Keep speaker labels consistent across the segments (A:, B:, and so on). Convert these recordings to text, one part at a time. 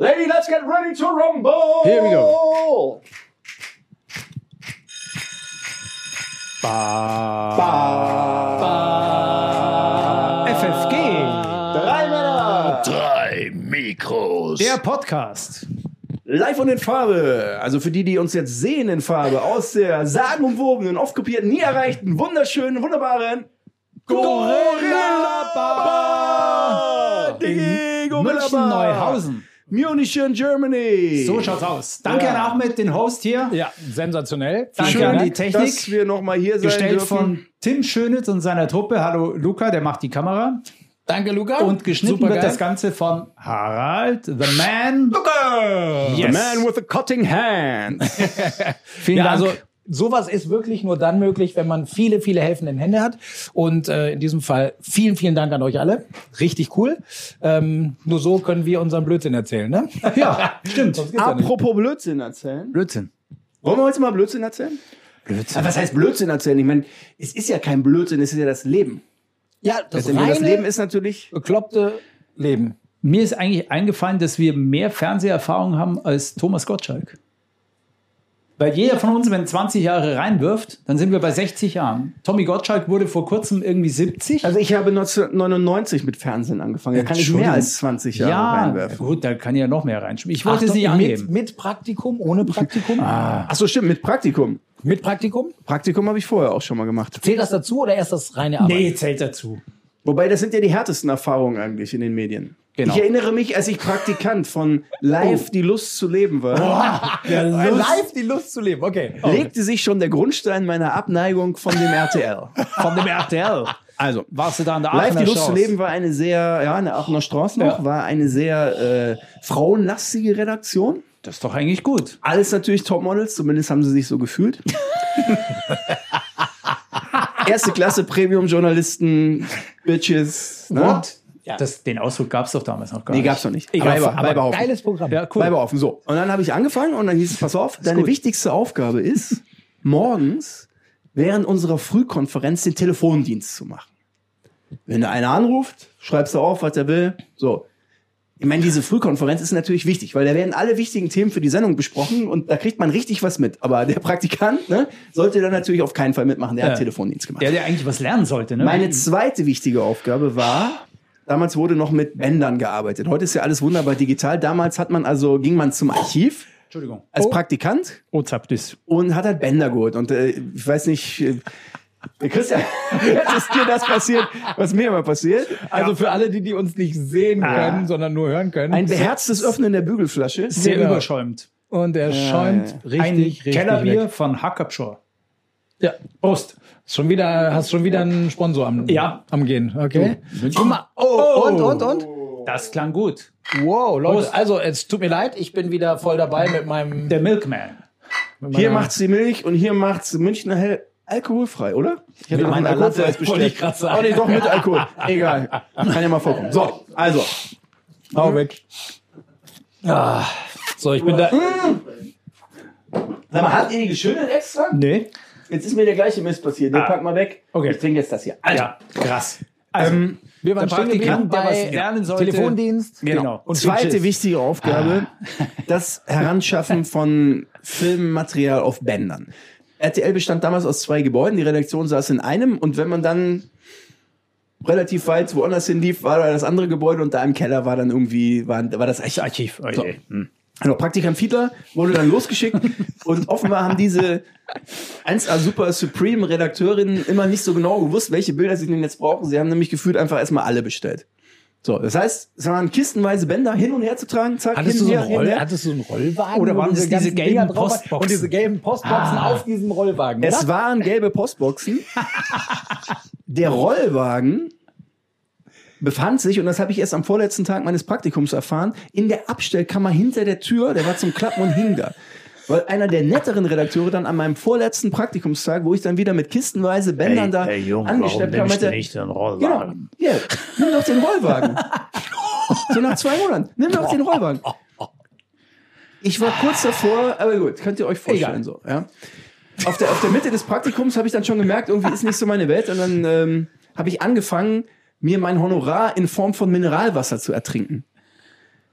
A: let's get ready to rumble!
B: Here we
A: go.
B: FFG,
A: Drei Männer!
C: Drei Mikros.
B: der Podcast.
A: Live und in Farbe. Also für die, die uns jetzt sehen in Farbe, aus der sagenumwobenen, oft kopierten, nie erreichten, wunderschönen, wunderbaren Gorilla Bar! Digi, Gorilla
D: München
A: Bar.
D: Neuhausen.
A: Munich in Germany.
D: So schaut's aus. Danke
A: Ja.
D: an Ahmed, den Host hier.
B: Ja, sensationell.
D: Danke
B: Vielen
D: an
B: Dank.
D: die
A: Dass
D: Technik.
A: wir nochmal hier sein
D: Gestellt
A: dürfen.
D: von Tim Schönitz und seiner Truppe. Hallo Luca, der macht die Kamera.
C: Danke, Luca.
D: Und geschnitten
C: Supergeil.
D: wird das Ganze von Harald, The Man.
A: The man with the cutting hand.
D: Vielen
C: Ja,
D: Dank.
C: also sowas ist wirklich nur dann möglich, wenn man viele, viele helfende Hände hat. Und äh, in diesem Fall vielen, vielen Dank an euch alle. Richtig cool. Ähm, nur so können wir unseren Blödsinn erzählen, ne?
D: ja, stimmt.
C: Sonst geht's ja nicht.
A: Apropos Blödsinn erzählen.
D: Blödsinn.
A: Wollen wir heute mal Blödsinn erzählen?
D: Blödsinn.
A: Aber was heißt Blödsinn erzählen? Ich meine, es ist ja kein Blödsinn, es ist ja das Leben.
C: Ja, das,
A: Deswegen,
C: reine,
A: das Leben ist natürlich.
C: bekloppte Leben.
D: Mir ist eigentlich eingefallen, dass wir mehr Fernseherfahrung haben als Thomas Gottschalk. Weil jeder von uns, wenn 20 Jahre reinwirft, dann sind wir bei 60 Jahren. Tommy Gottschalk wurde vor kurzem irgendwie 70.
A: Also ich habe 1999 mit Fernsehen angefangen. Da kann ich mehr
D: Entschuldigung.
A: als 20 Jahre reinwerfen.
D: gut, da kann ja noch mehr reinschieben. Ich wollte es
C: Achtung,
D: nicht
C: mit,
D: angeben.
C: mit Praktikum, ohne Praktikum?
D: Ah.
A: Ach so, stimmt, mit Praktikum.
C: Mit Praktikum?
A: Praktikum habe ich vorher auch schon mal gemacht.
C: Zählt das dazu oder erst das reine Arbeit?
D: zählt dazu.
A: Wobei, das sind ja die härtesten Erfahrungen eigentlich in den Medien.
D: Genau.
A: Ich erinnere mich, als ich Praktikant von Live die Lust zu leben war,
C: Live die Lust zu leben, okay.
A: legte sich schon der Grundstein meiner Abneigung von dem RTL.
D: Von dem RTL.
A: Also,
D: Warst du da an der
A: Live
D: Aachener
A: die Lust
D: Chance?
A: zu leben war eine sehr, ja, eine Aachener Straße noch,
D: Ja.
A: war eine sehr äh, frauenlastige Redaktion.
D: Das ist doch eigentlich gut.
A: Alles natürlich Topmodels, zumindest haben sie sich so gefühlt. Erste Klasse Premium-Journalisten, Bitches. Ne?
D: What? Das, den Ausdruck gab es doch damals noch gar
A: Nee,
D: nicht.
A: gab's noch nicht.
D: Egal,
A: Weiber,
D: aber
A: Weiber auf.
C: Geiles Programm.
D: Ja, cool.
A: Bleibe offen. So. Und dann habe ich angefangen und dann hieß es, pass auf, deine
D: gut.
A: wichtigste Aufgabe ist, morgens während unserer Frühkonferenz den Telefondienst zu machen. Wenn da einer anruft, schreibst du auf, was er will. So. Ich meine, diese Frühkonferenz ist natürlich wichtig, weil da werden alle wichtigen Themen für die Sendung besprochen und da kriegt man richtig was mit. Aber der Praktikant ne, sollte da natürlich auf keinen Fall mitmachen. Der hat
D: Ja.
A: Telefondienst gemacht.
D: Der, der eigentlich was lernen sollte. Ne?
A: Meine zweite wichtige Aufgabe war, damals wurde noch mit Bändern gearbeitet. Heute ist ja alles wunderbar digital. Damals hat man also, ging man zum Archiv
D: Entschuldigung.
A: als Praktikant
D: Oh, Zapdis.
A: und hat halt Bänder geholt. Und äh, ich weiß nicht, äh, der Christian, jetzt ist dir das passiert, was mir immer passiert.
C: Also für alle, die, die uns nicht sehen
D: Ah.
C: können, sondern nur hören können.
A: Ein beherztes Öffnen der Bügelflasche.
D: Sehr
C: Genau.
D: überschäumend.
C: und er schäumt
A: ja.
C: richtig,
D: Ein
C: richtig.
D: Kellerbier
C: Weg.
D: von Hackabschor.
C: Ja. Prost. Schon wieder, hast schon wieder einen Sponsor am,
D: Ja.
C: am Gehen. Okay.
D: München.
C: Guck mal. Oh, und, und, und.
D: Das klang gut.
C: Wow, Leute. Also, es tut mir leid, ich bin wieder voll dabei mit meinem.
D: Der Milkman.
C: Mit
A: Hier
C: meiner-
A: macht's die Milch und hier macht's Münchner Hell alkoholfrei, oder? Ich hatte noch
D: meiner
A: ein
D: Latte,
A: alkoholfreies
C: wollte ich
A: bestellt.
C: grad sagen.
A: Oh nee, doch mit Alkohol. Egal. Kann ja mal vorkommen. So, also.
C: Hau weg. Ah, so, ich bin da.
A: Sag mal, habt ihr die geschüttelt extra?
D: Nee.
A: Jetzt ist mir der gleiche Mist passiert. Den
D: Ah.
A: pack mal weg.
D: Okay.
A: Ich trinke jetzt das hier.
D: Also, ja, krass. Also,
C: Wir
D: Der Praktikant, der was
C: bei
D: lernen sollte.
C: Telefondienst.
D: genau. Ah.
A: Und zweite
D: Bitches.
A: wichtige Aufgabe, das Heranschaffen von Filmmaterial auf Bändern. RTL bestand damals aus zwei Gebäuden, die Redaktion saß in einem und wenn man dann relativ weit woanders hin lief, war da das andere Gebäude und da im Keller war dann irgendwie, war, war das Archiv.
D: Archiv. Oh,
A: So.
D: je.
A: Genau, Praktikant Fiedler wurde dann losgeschickt und offenbar haben diese 1A Super Supreme Redakteurinnen immer nicht so genau gewusst, welche Bilder sie denn jetzt brauchen. Sie haben nämlich gefühlt einfach erstmal alle bestellt. So, das heißt, es waren kistenweise Bänder hin und her zu tragen, zack,
C: Hattest
A: hin
C: du,
A: und her,
C: so einen
A: hin und
C: Roll,
A: her.
C: hattest du so einen Rollwagen?
D: Oder
C: wo
D: waren
C: diese
D: es diese
C: ganzen
D: gelben
C: Dinger drauf waren?
D: Postboxen? Ah.
C: Und diese gelben Postboxen auf diesem Rollwagen.
A: Es
C: oder?
A: waren gelbe Postboxen. Der Rollwagen befand sich, und das habe ich erst am vorletzten Tag meines Praktikums erfahren, in der Abstellkammer hinter der Tür. Der war zum Klappen und hing da. Weil einer der netteren Redakteure dann an meinem vorletzten Praktikumstag, wo ich dann wieder mit kistenweise Bändern da angeschleppt habe, meinte,
D: den
A: genau, hier, nimm doch den Rollwagen. so nach zwei Monaten, nimm doch den Rollwagen. Ich war kurz davor, aber gut, könnt ihr euch vorstellen
C: Egal.
A: so. Ja. Auf, der, auf der Mitte des Praktikums habe ich dann schon gemerkt, irgendwie ist nicht so meine Welt. Und dann ähm, habe ich angefangen, mir mein Honorar in Form von Mineralwasser zu ertrinken.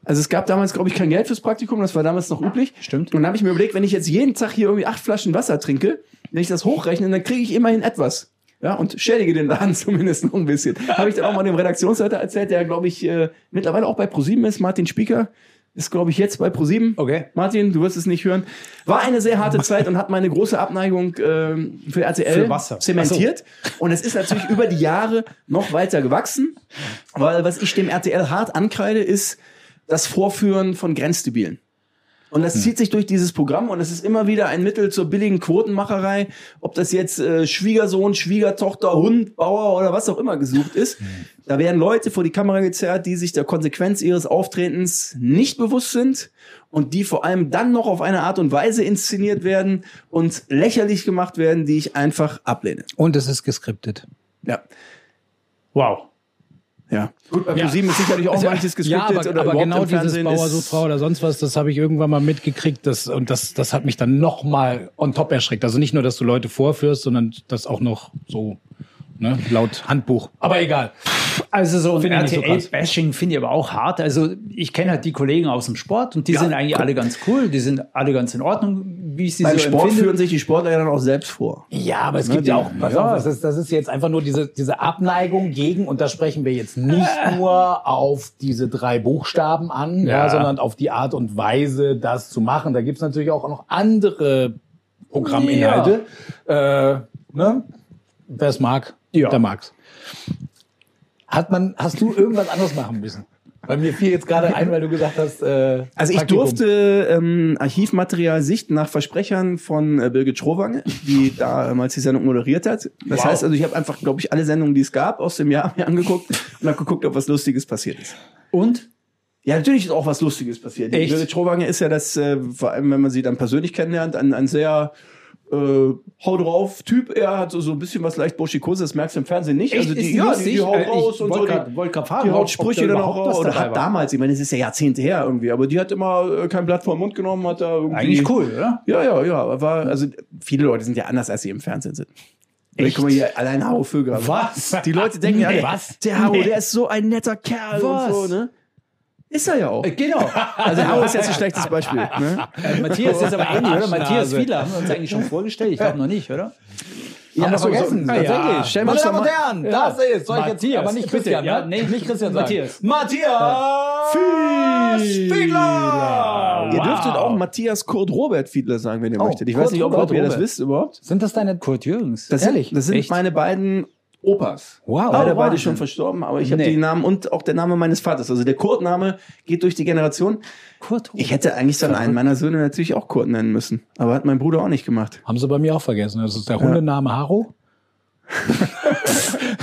A: Also es gab damals, glaube ich, kein Geld fürs Praktikum, das war damals noch üblich.
D: Stimmt.
A: Und dann habe ich mir überlegt, wenn ich jetzt jeden Tag hier irgendwie acht Flaschen Wasser trinke, wenn ich das hochrechne, dann kriege ich immerhin etwas. Ja, und schädige den Laden zumindest noch ein bisschen. Habe ich dann auch mal dem Redaktionsleiter erzählt, der, glaube ich, äh, mittlerweile auch bei ProSieben ist. Martin Spieker ist, glaube ich, jetzt bei ProSieben.
D: Okay.
A: Martin, du wirst es nicht hören. War eine sehr harte Zeit und hat meine große Abneigung ähm, für RTL
D: Für Wasser.
A: zementiert. Und es ist natürlich über die Jahre noch weiter gewachsen. Weil was ich dem RTL hart ankreide, ist das Vorführen von Grenzdebilen. Und das zieht sich durch dieses Programm und es ist immer wieder ein Mittel zur billigen Quotenmacherei, ob das jetzt äh, Schwiegersohn, Schwiegertochter, Hund, Bauer oder was auch immer gesucht ist. Da werden Leute vor die Kamera gezerrt, die sich der Konsequenz ihres Auftretens nicht bewusst sind und die vor allem dann noch auf eine Art und Weise inszeniert werden und lächerlich gemacht werden, die ich einfach ablehne.
C: Und es ist geskriptet.
A: Ja.
D: Wow.
A: Ja. Gut, bei ProSieben ist sicherlich auch manches geskriptet
C: Also, ja, aber,
A: oder
C: aber
A: überhaupt
C: genau
A: im
C: dieses
A: Fernsehen
C: Bauer
A: ist-
C: sucht Frau oder sonst was, das habe ich irgendwann mal mitgekriegt das, und das, das hat mich dann nochmal on top erschreckt. Also nicht nur, dass du Leute vorführst, sondern das auch noch so ne, laut Handbuch. Aber egal.
D: Also so ein
C: Finde ich nicht so krass.
D: RTL-Bashing finde ich aber auch hart. Also ich kenne halt die Kollegen aus dem Sport und die sind eigentlich alle ganz cool, die sind alle ganz in Ordnung, wie ich sie
A: Beim
D: so
A: Sport
D: empfinde.
A: führen sich die Sportler ja dann auch selbst vor.
C: Ja, aber es gibt ja auch, pass auf, das ist, das ist jetzt einfach nur diese, diese Abneigung gegen, und da sprechen wir jetzt nicht nur auf diese drei Buchstaben an, ja.
D: Ja.
C: sondern auf die Art und Weise, das zu machen. Da gibt's natürlich auch noch andere Programminhalte. Äh, ne? Wer es mag,
D: Ja.
C: der mag's. Hat man, hast du irgendwas anderes machen müssen? Bei mir fiel jetzt gerade ein, weil du gesagt hast, äh,
A: Also ich
C: Praktikum.
A: durfte ähm, Archivmaterial sichten nach Versprechern von äh, Birgit Schrowange, die damals die Sendung moderiert hat. Das
D: Wow.
A: heißt also, ich habe einfach, glaube ich, alle Sendungen, die es gab aus dem Jahr mir angeguckt und habe geguckt, ob was Lustiges passiert ist.
D: Und
A: Ja, natürlich ist auch was Lustiges passiert. Die
D: Echt?
A: Birgit Schrowange ist ja das, äh, vor allem wenn man sie dann persönlich kennenlernt, ein, ein sehr äh, hau drauf Typ. Er hat so, so ein bisschen was leicht Boschikoses, das merkst du im Fernsehen nicht.
D: Echt?
A: also
D: Ist
A: die,
D: die
A: ja, die,
D: lustig?
A: die haut
D: Äh, ich
A: raus und
D: wollte
A: so.
D: grad-
A: die,
D: wollte grad fragen,
A: die
D: ob-
A: haut
D: ob
A: Sprüche
D: da
A: dann auch
D: überhaupt was
A: raus. Oder
D: dabei
A: hat
D: war.
A: damals, ich meine, es ist ja Jahrzehnte her irgendwie, aber die hat immer äh, kein Blatt vor den Mund genommen, hat da irgendwie.
D: eigentlich cool, oder?
A: Ja, ja, ja. aber War, also viele Leute sind ja anders, als sie im Fernsehen sind. Ich guck mal hier, allein Haro Vöger.
D: Was?
A: Die Leute denken ja,
D: Nee.
A: alle,
D: Was?
A: der Haro,
D: Nee.
A: der ist so ein netter Kerl
D: Was?
A: und so, ne? Ist er ja auch.
D: Genau.
A: Also Haro ist jetzt ein schlechtes Beispiel. Ne?
D: Äh, Matthias ist aber ähnlich, oder?
C: Arschnase.
D: Matthias Fiedler haben wir uns eigentlich schon vorgestellt. Ich glaube noch nicht, oder?
A: Ja,
C: Haben wir
A: achso,
C: vergessen.
A: So, tatsächlich.
C: Ja.
A: Stellen wir
C: Meine
A: uns
C: Damen
A: doch
C: und
A: mal-
C: Herren, das ist. Soll ich jetzt
D: Matthias,
C: aber nicht
D: bitte,
C: Christian,
D: ja,
C: ne?
D: nee,
C: nicht Christian sagen.
D: Matthias.
C: Matthias Fiedler!
A: Ihr
C: Wow.
A: dürftet auch Matthias Kurt Robert Fiedler sagen, wenn ihr
D: Oh,
A: möchtet. Ich
C: Kurt
A: weiß nicht, ob,
C: Robert
A: ob ihr das
C: Robert.
A: wisst überhaupt.
C: Sind das deine
D: Kurt Jürgens.
A: Das
C: Ehrlich?
A: sind, das sind
D: Echt?
A: meine beiden Opas.
C: Wow.
A: Leider
D: Oh,
A: beide
D: Wahnsinn.
A: schon verstorben, aber ich habe
D: Nee.
A: die Namen und auch der Name meines Vaters. Also der Kurt-Name geht durch die Generation.
D: Kurt
A: Ich hätte eigentlich dann einen meiner Söhne natürlich auch Kurt nennen müssen. Aber hat mein Bruder auch nicht gemacht.
C: Haben sie bei mir auch vergessen. Das ist der Hundename Haro.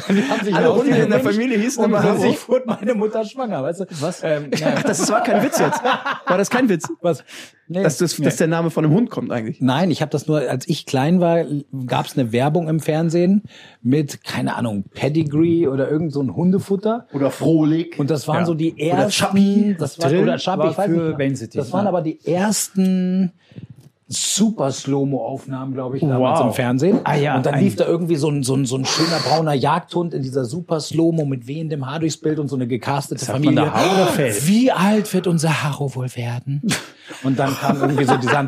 C: Die haben sich
A: Alle Hunde in der
C: ausgewünscht
A: Familie hießen
C: Und
A: immer Haro.
C: plötzlich wurde meine Mutter schwanger, weißt du? Was? Ähm, ja,
A: Das, das war kein Witz jetzt. War das kein Witz?
C: was? Nee.
A: Dass, das, dass der Name von einem Hund kommt eigentlich.
C: Nein, ich habe das nur, als ich klein war, gab es eine Werbung im Fernsehen mit, keine Ahnung, Pedigree oder irgend so ein Hundefutter.
A: Oder Frohlig.
C: Und das waren
D: Ja.
C: so die
A: Oder
C: ersten.
A: Chappi.
C: das war,
D: Drill
C: oder Chappi,
D: war
C: ich weiß
D: für
C: nicht.
D: Vane City,
C: Das waren
D: ja.
C: aber die ersten super Slow-Mo-Aufnahmen, glaube ich, damals
D: Wow.
C: im Fernsehen.
D: Ah ja,
C: und dann
D: ein-
C: lief da irgendwie so ein, so ein, so ein schöner brauner Jagdhund in dieser super Slow-Mo mit wehendem Haar durchs Bild und so eine gecastete
D: Sagt man
C: Familie.
D: da Haar oder Fell?
C: Wie alt wird unser Haro wohl werden? Und dann kam irgendwie so dieser,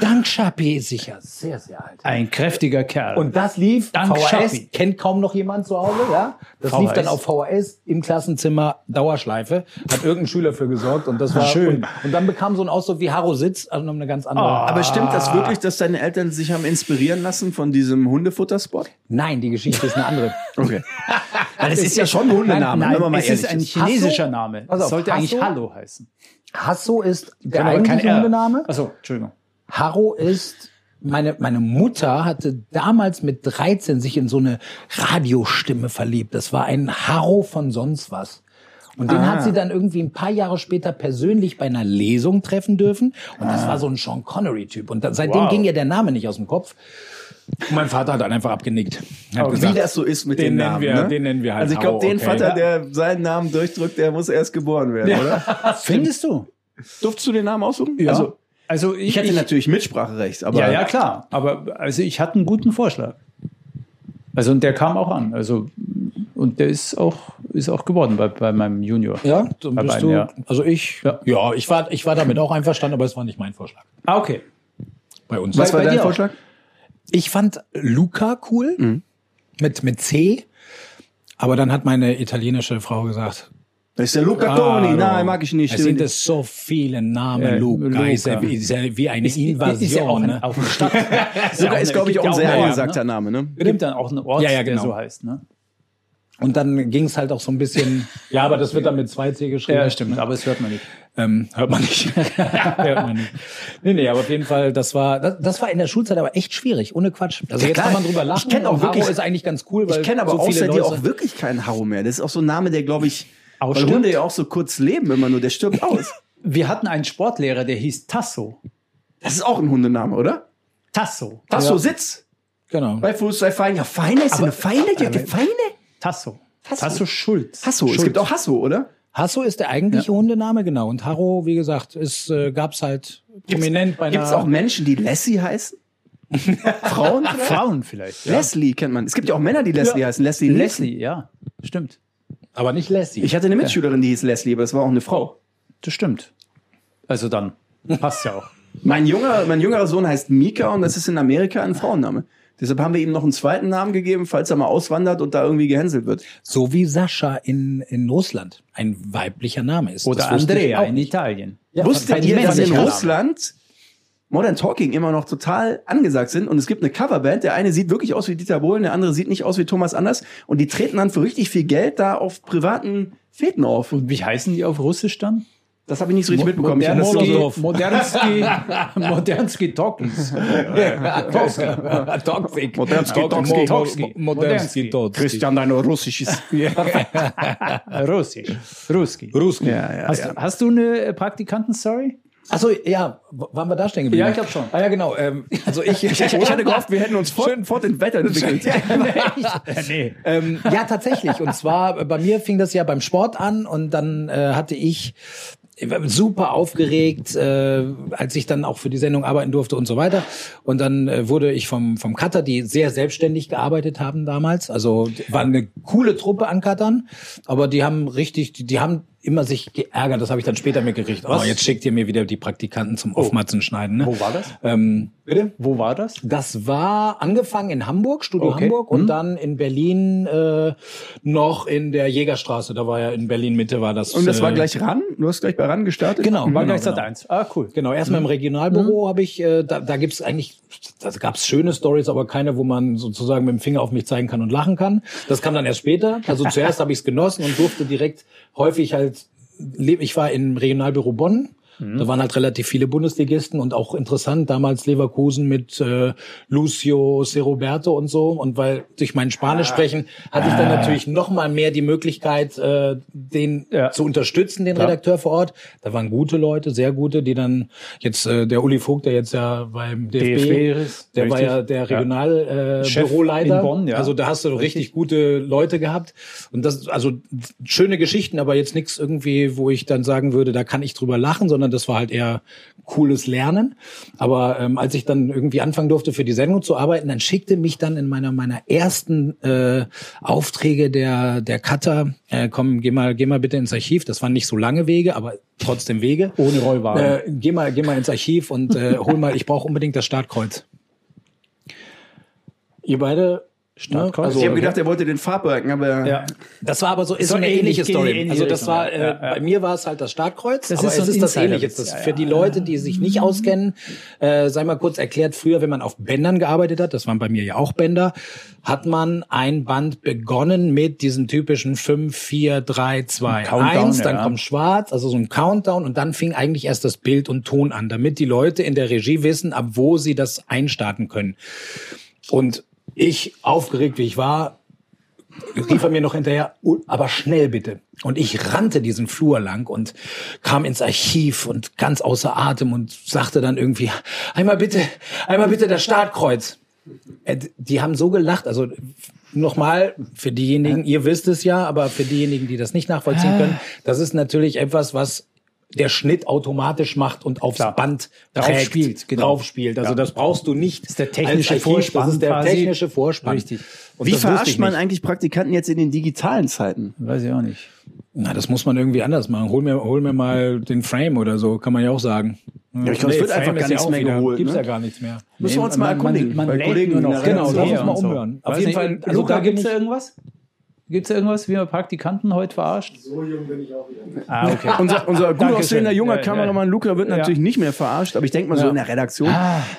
C: dank Chappi ist sicher sehr, sehr alt.
D: Ein kräftiger Kerl.
C: Und das lief
D: Dank
C: VHS,
D: Schappi.
C: kennt kaum noch jemand zu Hause, ja? Das lief
D: VHS.
C: dann auf VHS im Klassenzimmer Dauerschleife, hat irgendein Schüler für gesorgt und das war
D: Schön. Ah.
C: Und, und dann bekam so ein Ausdruck wie Haro Sitz, also noch eine ganz andere.
A: Aber stimmt das wirklich, dass deine Eltern sich haben inspirieren lassen von diesem Hundefutterspot?
C: Nein, die Geschichte ist eine andere.
A: Okay. Weil das ist ja schon ein Hundename,
D: Nein,
A: wenn man mal
D: es
A: ehrlich
D: ist
A: ist.
D: ein chinesischer
C: Hasso?
D: Name.
C: Pass
D: Es
C: auf,
D: sollte eigentlich
C: Hasso?
D: Hallo heißen.
C: Hasso ist der
D: Aber kein
C: eigentliche
D: R.
C: Hundename.
D: Achso, Entschuldigung.
C: Haro ist, meine, meine Mutter hatte damals mit 13 sich in so eine Radiostimme verliebt. Das war ein Haro von sonst was. Und den hat sie dann irgendwie ein paar Jahre später persönlich bei einer Lesung treffen dürfen. Und das war so ein Sean Connery-Typ. Und da, seitdem
D: Wow.
C: ging ihr der Name nicht aus dem Kopf. Und mein Vater hat dann einfach abgenickt. Er Hat
A: Wie das so ist mit
C: den
A: den,
C: nennen
A: Namen.
C: wir-
A: ne?
C: den nennen wir halt
A: Also ich glaube,
C: Hau,
A: den
C: okay.
A: Vater,
C: Ja.
A: der seinen Namen durchdrückt, der muss erst geboren werden, oder?
D: Findest du?
A: Durftest du den Namen aussuchen?
D: Ja.
A: Also,
D: also ich,
A: ich hatte
D: ich-
A: natürlich Mitspracherecht, aber
D: Ja, ja, klar. Aber also ich hatte einen guten Vorschlag. Also und der kam auch an. Also und der ist auch ist auch geworden bei, bei meinem Junior.
C: Ja, dann
D: Bei
C: bist
D: beiden,
C: du.
D: ja.
C: Also ich.
D: Ja.
C: Ja, ich, war, ich war damit auch einverstanden, aber es war nicht mein Vorschlag.
D: Ah, okay.
C: Bei uns.
A: Was
D: Bei-
A: war
D: bei
A: dein
D: dir auch.
A: Vorschlag?
C: Ich fand Luca cool mit, mit C. Aber dann hat meine italienische Frau gesagt,
A: Das ist der Luca
C: Caro,
A: Toni. Nein, mag ich nicht.
C: Es sind es so viele Namen,
D: Ja,
C: Äh, Luca.
D: Luca.
C: Ist, ja, wie- ist ja wie eine Invasion.
D: Ist ja auch ein,
C: ne?
D: auch eine Stadt. Ist ja ne,
A: Luca ist, glaube ich,
D: gibt
A: auch
D: ja
A: ein sehr
D: einen Ort,
A: angesagter
D: ne?
A: Name, ne?
D: Gibt dann auch einen Ort,
C: Ja, ja,
D: der
C: genau.
D: so heißt. Ne?
C: Und dann ging es halt auch so ein bisschen. ja, aber das wird dann mit 2C geschrieben.
D: Ja, stimmt, aber es hört man nicht.
C: Ähm, hört man nicht. hört man nicht. Nee, nee, aber auf jeden Fall, das war, das, das war in der Schulzeit aber echt schwierig, ohne Quatsch. Also jetzt
A: klar.
C: kann man drüber
A: Ich
C: lachen.
A: kenn auch
C: und Haro
A: wirklich-
C: ist eigentlich ganz cool, weil
A: Ich kenne aber
C: so viele
A: außer dir
C: Leute,
A: auch wirklich keinen Harro mehr. Das ist auch so ein Name, der, glaube ich, weil
D: stimmt.
A: Hunde ja auch so kurz leben immer nur. Der stirbt aus.
D: Wir hatten einen Sportlehrer, der hieß Tasso.
A: Das ist auch ein Hundename, oder?
D: Tasso.
A: Ach so, Sitz.
C: Genau.
A: Bei Fuß, sei fein. Ja, Feine ist eine Feine. Die hat eine Feine.
D: Tasso. Tasso Schulz.
A: Hasso. Es
D: Schulz.
A: gibt auch Hasso, oder?
C: Hasso ist der eigentliche Hundename, genau. Und Haro, wie gesagt, ist, äh, gab's halt prominent bei einer.
A: Gibt es auch Menschen, die Lassie heißen? Frauen? vielleicht?
D: Frauen vielleicht. Ja.
A: Leslie kennt man. Es gibt ja auch Männer, die Leslie heißen. Leslie. Nielsen.
D: Leslie, ja. Stimmt.
C: aber nicht Lassie.
A: Ich hatte eine Mitschülerin, die hieß Leslie, aber das war auch eine Frau.
D: Das stimmt. Also dann. Passt ja auch.
A: Mein, junger, mein jüngerer Sohn heißt Mika und das ist in Amerika ein Frauenname. Deshalb haben wir ihm noch einen zweiten Namen gegeben, falls er mal auswandert und da irgendwie gehänselt wird.
C: so wie Sascha in, in Russland ein weiblicher Name ist.
D: Oder
C: Das wusste ich
D: Andrea
C: auch
D: in
C: nicht.
D: Italien.
A: Wusstet
D: ein
A: ihr, dass in
D: männlicher Name.
A: Russland Modern Talking immer noch total angesagt sind und es gibt eine Coverband, der eine sieht wirklich aus wie Dieter Bohlen, der andere sieht nicht aus wie Thomas Anders und die treten dann für richtig viel Geld da auf privaten Fäden auf.
D: Und wie heißen die auf Russisch dann?
A: Das habe ich nicht so richtig mitbekommen. Ich hab das
C: Modern-
A: so-
C: Molodow.
D: Modernski, Modernski Talkies.
A: Modernski,
D: Toxic,
C: Toxic. Mo-
D: Toxic.
C: Mo- Modernski,
D: Modernski.
C: Toxic.
A: dein russisches.
D: Russisch. Ruski.
C: Ruski.
D: Hast, hast du eine äh, Praktikantenstory?
C: Also ja, w- waren wir da stehen geblieben?
D: Ja, ich glaub schon.
C: Ah ja, genau. Ähm, also ich, ich,
A: Ich hatte gehofft, wir hätten uns fort, fort in Wetter entwickelt.
D: nee.
C: ähm, ja, tatsächlich. Und zwar äh, bei mir fing das ja beim Sport an und dann äh, hatte ich ich war super aufgeregt, äh, als ich dann auch für die Sendung arbeiten durfte und so weiter. Und dann äh, wurde ich vom vom Cutter, die sehr selbstständig gearbeitet haben damals. Also die- war eine coole Truppe an Cuttern, aber die haben richtig, die, die haben immer sich geärgert. Das habe ich dann später mitgekriegt. Oh, jetzt schickt ihr mir wieder die Praktikanten zum Aufmatzen schneiden. Ne?
D: Wo war das?
C: Ähm, bitte. Genau,
D: Wo war das?
C: Das war angefangen in Hamburg, Studio
D: Okay.
C: Hamburg,
A: Mhm.
C: und dann in Berlin äh, noch in der Jägerstraße. Da war ja in Berlin Mitte war das.
A: Und das war
C: äh,
A: gleich ran? Du hast gleich bei ran gestartet?
C: Genau,
D: War
C: war
D: gleich Sat
C: genau, genau.
D: 1. Ah, cool.
C: Genau, erstmal im Regionalbüro habe ich, äh, da, da gibt's eigentlich, da gab's schöne Stories, aber keine, wo man sozusagen mit dem Finger auf mich zeigen kann und lachen kann. Das kam dann erst später. Also zuerst habe ich's genossen und durfte direkt häufig halt, leb- ich war im Regionalbüro Bonn. Da waren halt relativ viele Bundesligisten und auch interessant, damals Leverkusen mit äh, Lucio, Seroberto und so. Und weil durch mein Spanisch sprechen hatte ich dann natürlich noch mal mehr die Möglichkeit, äh, den
D: Ja.
C: zu unterstützen, den Redakteur vor Ort. Da waren gute Leute, sehr gute, die dann jetzt äh, der Uli Vogt, der jetzt ja beim DFB,
D: DFB ist,
C: der war
D: richtig.
C: ja der Regionalbüroleiter. Äh,
D: Chef
C: Büroleiter.
D: in Bonn, ja.
C: Also da hast du richtig, gute Leute gehabt und das also schöne Geschichten, aber jetzt nichts irgendwie, wo ich dann sagen würde, da kann ich drüber lachen, sondern das war halt eher cooles Lernen. Aber ähm, als ich dann irgendwie anfangen durfte für die Sendung zu arbeiten, dann schickte mich dann in meiner meiner ersten äh, Aufträge der der Cutter, äh, komm, geh mal geh mal bitte ins Archiv. Das waren nicht so lange Wege, aber trotzdem Wege.
D: Ohne Rollwagen.
C: Äh, geh mal geh mal ins Archiv und äh, hol mal, ich brauche unbedingt das Startkreuz. Ihr beide ne?
D: Startkreuz?
A: Ich
C: Also,
A: habe gedacht, er wollte den Farbbalken, aber
D: Ja.
C: das war aber so, ist
D: So
C: so eine
D: ähnlich, geht
C: ähnliche
D: in die
C: Story.
D: ähnliche
C: also das
D: Richtung,
C: war, äh,
D: ja, ja, ja.
C: bei mir war es halt das Startkreuz,
D: Das
C: aber
D: ist so
C: es
D: ein
C: ist das
D: Insider-Witz,
C: Ähnliches. Das
D: ja,
C: für die Leute, die sich nicht auskennen, äh, sei mal kurz erklärt, früher, wenn man auf Bändern gearbeitet hat, das waren bei mir ja auch Bänder, hat man ein Band begonnen mit diesem typischen 5, 4, 3, 2,
D: Countdown,
C: 1, dann
D: ja.
C: kommt schwarz, also so ein Countdown und dann fing eigentlich erst das Bild und Ton an, damit die Leute in der Regie wissen, ab wo sie das einstarten können. Und ich, aufgeregt wie ich war, rief er mir noch hinterher, "Uh, aber schnell bitte. Und ich rannte diesen Flur lang und kam ins Archiv und ganz außer Atem und sagte dann irgendwie, einmal bitte, einmal bitte das Startkreuz. Äh, Die haben so gelacht, also nochmal, für
D: Ah.
C: diejenigen, ihr wisst es ja, aber für diejenigen, die das nicht nachvollziehen können, das ist natürlich etwas, was der Schnitt automatisch macht und aufs
D: Klar.
C: Band
D: Drauf
C: prägt,
D: spielt, genau.
C: drauf spielt. Also
D: Ja.
C: das brauchst du nicht.
D: ist der technische
C: als Archiv,
D: Vorspann
C: Das ist der
D: quasi.
C: technische Vorspann.
D: Richtig.
C: Und
A: Wie
C: das wusste
A: verarscht
C: ich
A: man
C: nicht.
A: eigentlich Praktikanten jetzt in den digitalen Zeiten?
D: Weiß ich auch nicht.
C: Na, das muss man irgendwie anders machen. Hol mir, hol mir mal den Frame oder so, kann man ja auch sagen. Ja,
A: ich glaub, es wird einfach gar nichts mehr geholt,
C: Gibt's
A: ne?
C: ja gar nichts mehr.
A: Müssen wir uns
D: Nee,
A: mal
D: man- man-
A: erkundigen.
D: man
A: bei
D: lädt
A: Kollegen
D: nur
A: in
D: noch.
A: der
C: Genau,
A: Redaktion.
C: lass uns
D: und
C: mal
D: so.
C: umhören.
D: Weiß nicht,
C: also
D: Luca,
C: da
D: gibt es
C: bin
D: da
C: ich-
D: irgendwas? Gibt es da irgendwas, wie man Praktikanten heute verarscht? So jung bin ich auch wieder. Ah, okay.
A: Unser, unser gut
D: Dankeschön.
A: aussehender junger
D: Ja, ja.
A: Kameramann Luca wird
D: Ja. Ah.
A: natürlich nicht mehr verarscht, aber ich denke mal so in der Redaktion.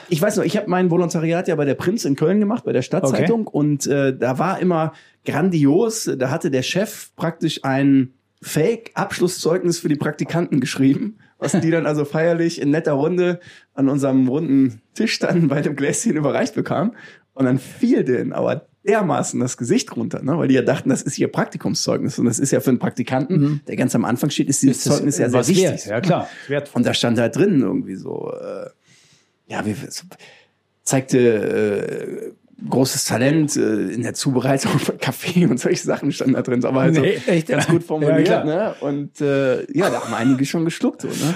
A: Ich weiß noch, ich habe mein Volontariat ja bei der Prinz in Köln gemacht, bei der Stadtzeitung und äh, da war immer grandios, da hatte der Chef praktisch ein Fake-Abschlusszeugnis für die Praktikanten geschrieben, was die dann also feierlich in netter Runde an unserem runden Tisch standen, bei dem Gläschen überreicht bekamen und dann fiel denen aber dermaßen das Gesicht runter, ne? weil die ja dachten, das ist ihr Praktikumszeugnis und das ist ja für einen Praktikanten,
D: Mhm.
A: der ganz am Anfang steht, ist dieses Zeugnis ja sehr
D: äh, was wert,
A: wichtig.
D: Ja, klar. Wertvoll.
A: Und da stand halt drin irgendwie so, äh, ja, wie, so- zeigte äh, großes Talent äh, in der Zubereitung von Kaffee und solche Sachen standen da drin. Aber halt so
D: Nee, echt?
A: ganz gut formuliert.
D: Ja, klar.
A: ne? Und äh, ja, da haben einige schon geschluckt. So, ne?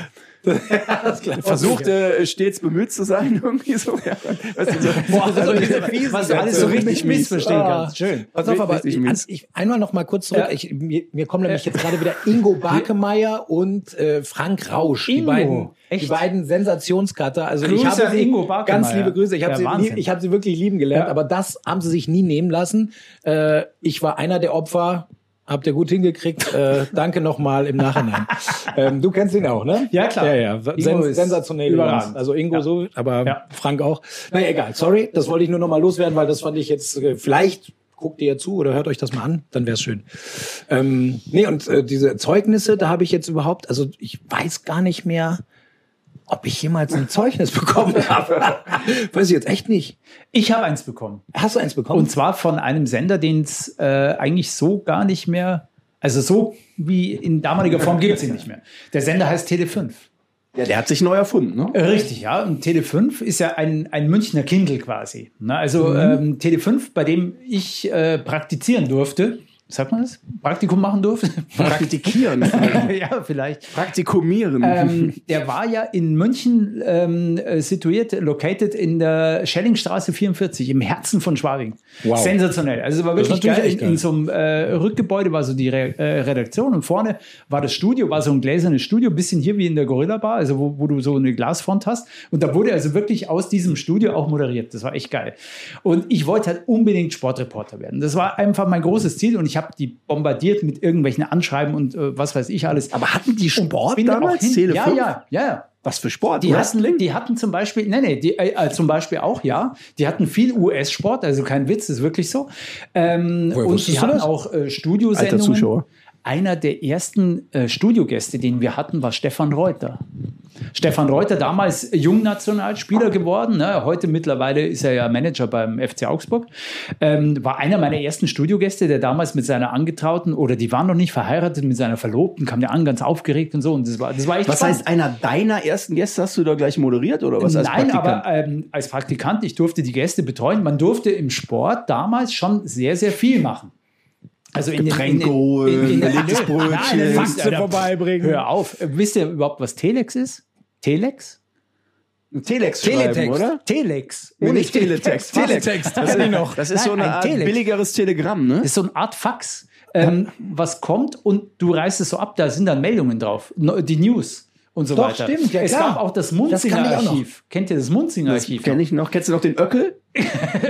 A: Versuchte äh, stets bemüht zu sein irgendwie so. Ja. Weißt du, so
C: also diese fiesen
D: was du alles so
C: Sätze.
D: richtig
A: Mies.
D: missverstehen
C: Ah.
D: kannst. Schön.
C: Pass auf, aber
A: Richtig
C: ich,
A: mies.
C: ich, einmal noch mal kurz zurück.
D: Ja.
C: Ich, mir, mir kommen nämlich jetzt gerade wieder Ingo Barkemeier und äh, Frank Rausch, die
D: Ingo,
C: beiden, die
D: echt?
C: beiden Sensationskater. Also ich
D: Grüße
C: habe
D: an
C: sie,
D: Ingo Barkemeier.
C: ganz liebe Grüße. Ich habe
D: Ja,
C: sie,
D: Wahnsinn.
C: lieb- ich habe sie wirklich lieben gelernt,
D: Ja.
C: aber das haben sie sich nie nehmen lassen. Äh, ich war einer der Opfer. Habt ihr gut hingekriegt. Äh, danke nochmal im Nachhinein. ähm, du kennst ihn auch, ne?
D: Ja, klar.
C: Ja, ja.
D: Ingo
C: Sen
D: ist
C: sensationell.
D: überragend.
C: Jungs. Also Ingo
D: Ja.
C: so, aber
D: Ja.
C: Frank auch. Naja, egal. Sorry, das wollte ich nur noch mal loswerden, weil das fand ich jetzt, äh, vielleicht guckt ihr ja zu oder hört euch das mal an, dann wäre es schön. Ähm, nee, und äh, diese Zeugnisse, da habe ich jetzt überhaupt, also ich weiß gar nicht mehr, ob ich jemals ein Zeugnis bekommen habe. weiß ich jetzt echt nicht.
D: Ich habe eins bekommen.
C: Hast du eins bekommen?
D: Und zwar von einem Sender, den es äh, eigentlich so gar nicht mehr, also so wie in damaliger Form gibt es ihn nicht mehr. Der Sender heißt Tele5.
A: ja, der hat sich neu erfunden. Ne?
D: Richtig, ja. Und Tele5 ist ja ein, ein Münchner Kindle quasi. Ne? Also ähm, Tele5, bei dem ich äh, praktizieren durfte, sagt man das? Praktikum machen durfte?
A: Praktikieren.
D: ja, vielleicht.
A: Praktikumieren.
D: Ähm, der war ja in München ähm, äh, situiert, located in der Schellingstraße 44, im Herzen von Schwabing.
C: Wow.
D: Sensationell. Also es war
C: Das ist
D: wirklich
C: natürlich
D: geil.
C: echt
D: In, in
C: geil.
D: so einem äh, Rückgebäude war so die Re äh, Redaktion und vorne war das Studio, war so ein gläsernes Studio, bisschen hier wie in der Gorilla Bar, also wo, wo du so eine Glasfront hast. Und da wurde also wirklich aus diesem Studio auch moderiert. Das war echt geil. Und ich wollte halt unbedingt Sportreporter werden. Das war einfach mein großes Ziel und ich habe die bombardiert mit irgendwelchen Anschreiben und äh, was weiß ich alles.
A: aber hatten die Sport
D: Bin dann auch
A: damals?
D: hin-
A: Tele
D: Ja,
A: fünf?
D: ja, ja, ja.
A: Was für Sport? ne?
D: Die
A: Wrestling?
D: hatten, die hatten zum Beispiel, nee, nee, die, äh, äh, zum Beispiel auch, ja, die hatten viel US-Sport, also kein Witz, ist wirklich so. Ähm,
C: Woher
D: und
C: wusstest
D: die
C: du
D: hatten
C: das?
D: auch äh, Studiosendungen.
A: Alter Zuschauer.
D: Einer der ersten äh, Studiogäste, den wir hatten, war Stefan Reuter. Stefan Reuter, damals Jungnationalspieler geworden, ne? heute mittlerweile ist er ja Manager beim FC Augsburg, ähm, war einer meiner ersten Studiogäste, der damals mit seiner Angetrauten, oder die waren noch nicht verheiratet, mit seiner Verlobten, kam der an, ganz aufgeregt und so. Und das war, das war echt
A: Was
D: spannend.
A: heißt, einer deiner ersten Gäste hast du da gleich moderiert oder was? als
D: Nein,
A: Praktikant?
D: aber ähm, als Praktikant, ich durfte die Gäste betreuen. Man durfte im Sport damals schon sehr, sehr viel machen. Also in
A: Getränke holen, belegtes
D: Nö,
A: Brötchen.
D: nein, das ist-
C: Faxe vorbeibringen.
D: Hör auf. Äh, Wisst ihr überhaupt, was Telex ist? Telex?
A: Ein Telex schreiben,
C: Teletext.
A: oder?
D: Telex.
A: Nee,
D: Ohne
A: nicht Teletext.
C: Teletext,
A: Das,
C: kenn ich
A: ist,
C: noch.
A: das ist
D: Nein,
A: so eine
D: ein
A: Art
D: Telex.
A: billigeres Telegramm, ne?
D: Das ist so eine Art Fax, ähm, was kommt und du reißt es so ab, da sind dann Meldungen drauf, No- die News und so
C: Doch,
D: weiter.
C: stimmt, ja,
D: es
C: klar.
D: gab auch das
C: Das kann
D: Munzinger
C: ich auch noch.
D: Archiv. Kennt ihr das Munzinger Archiv?
A: Kenn ich noch. Kennst du noch den Öckel?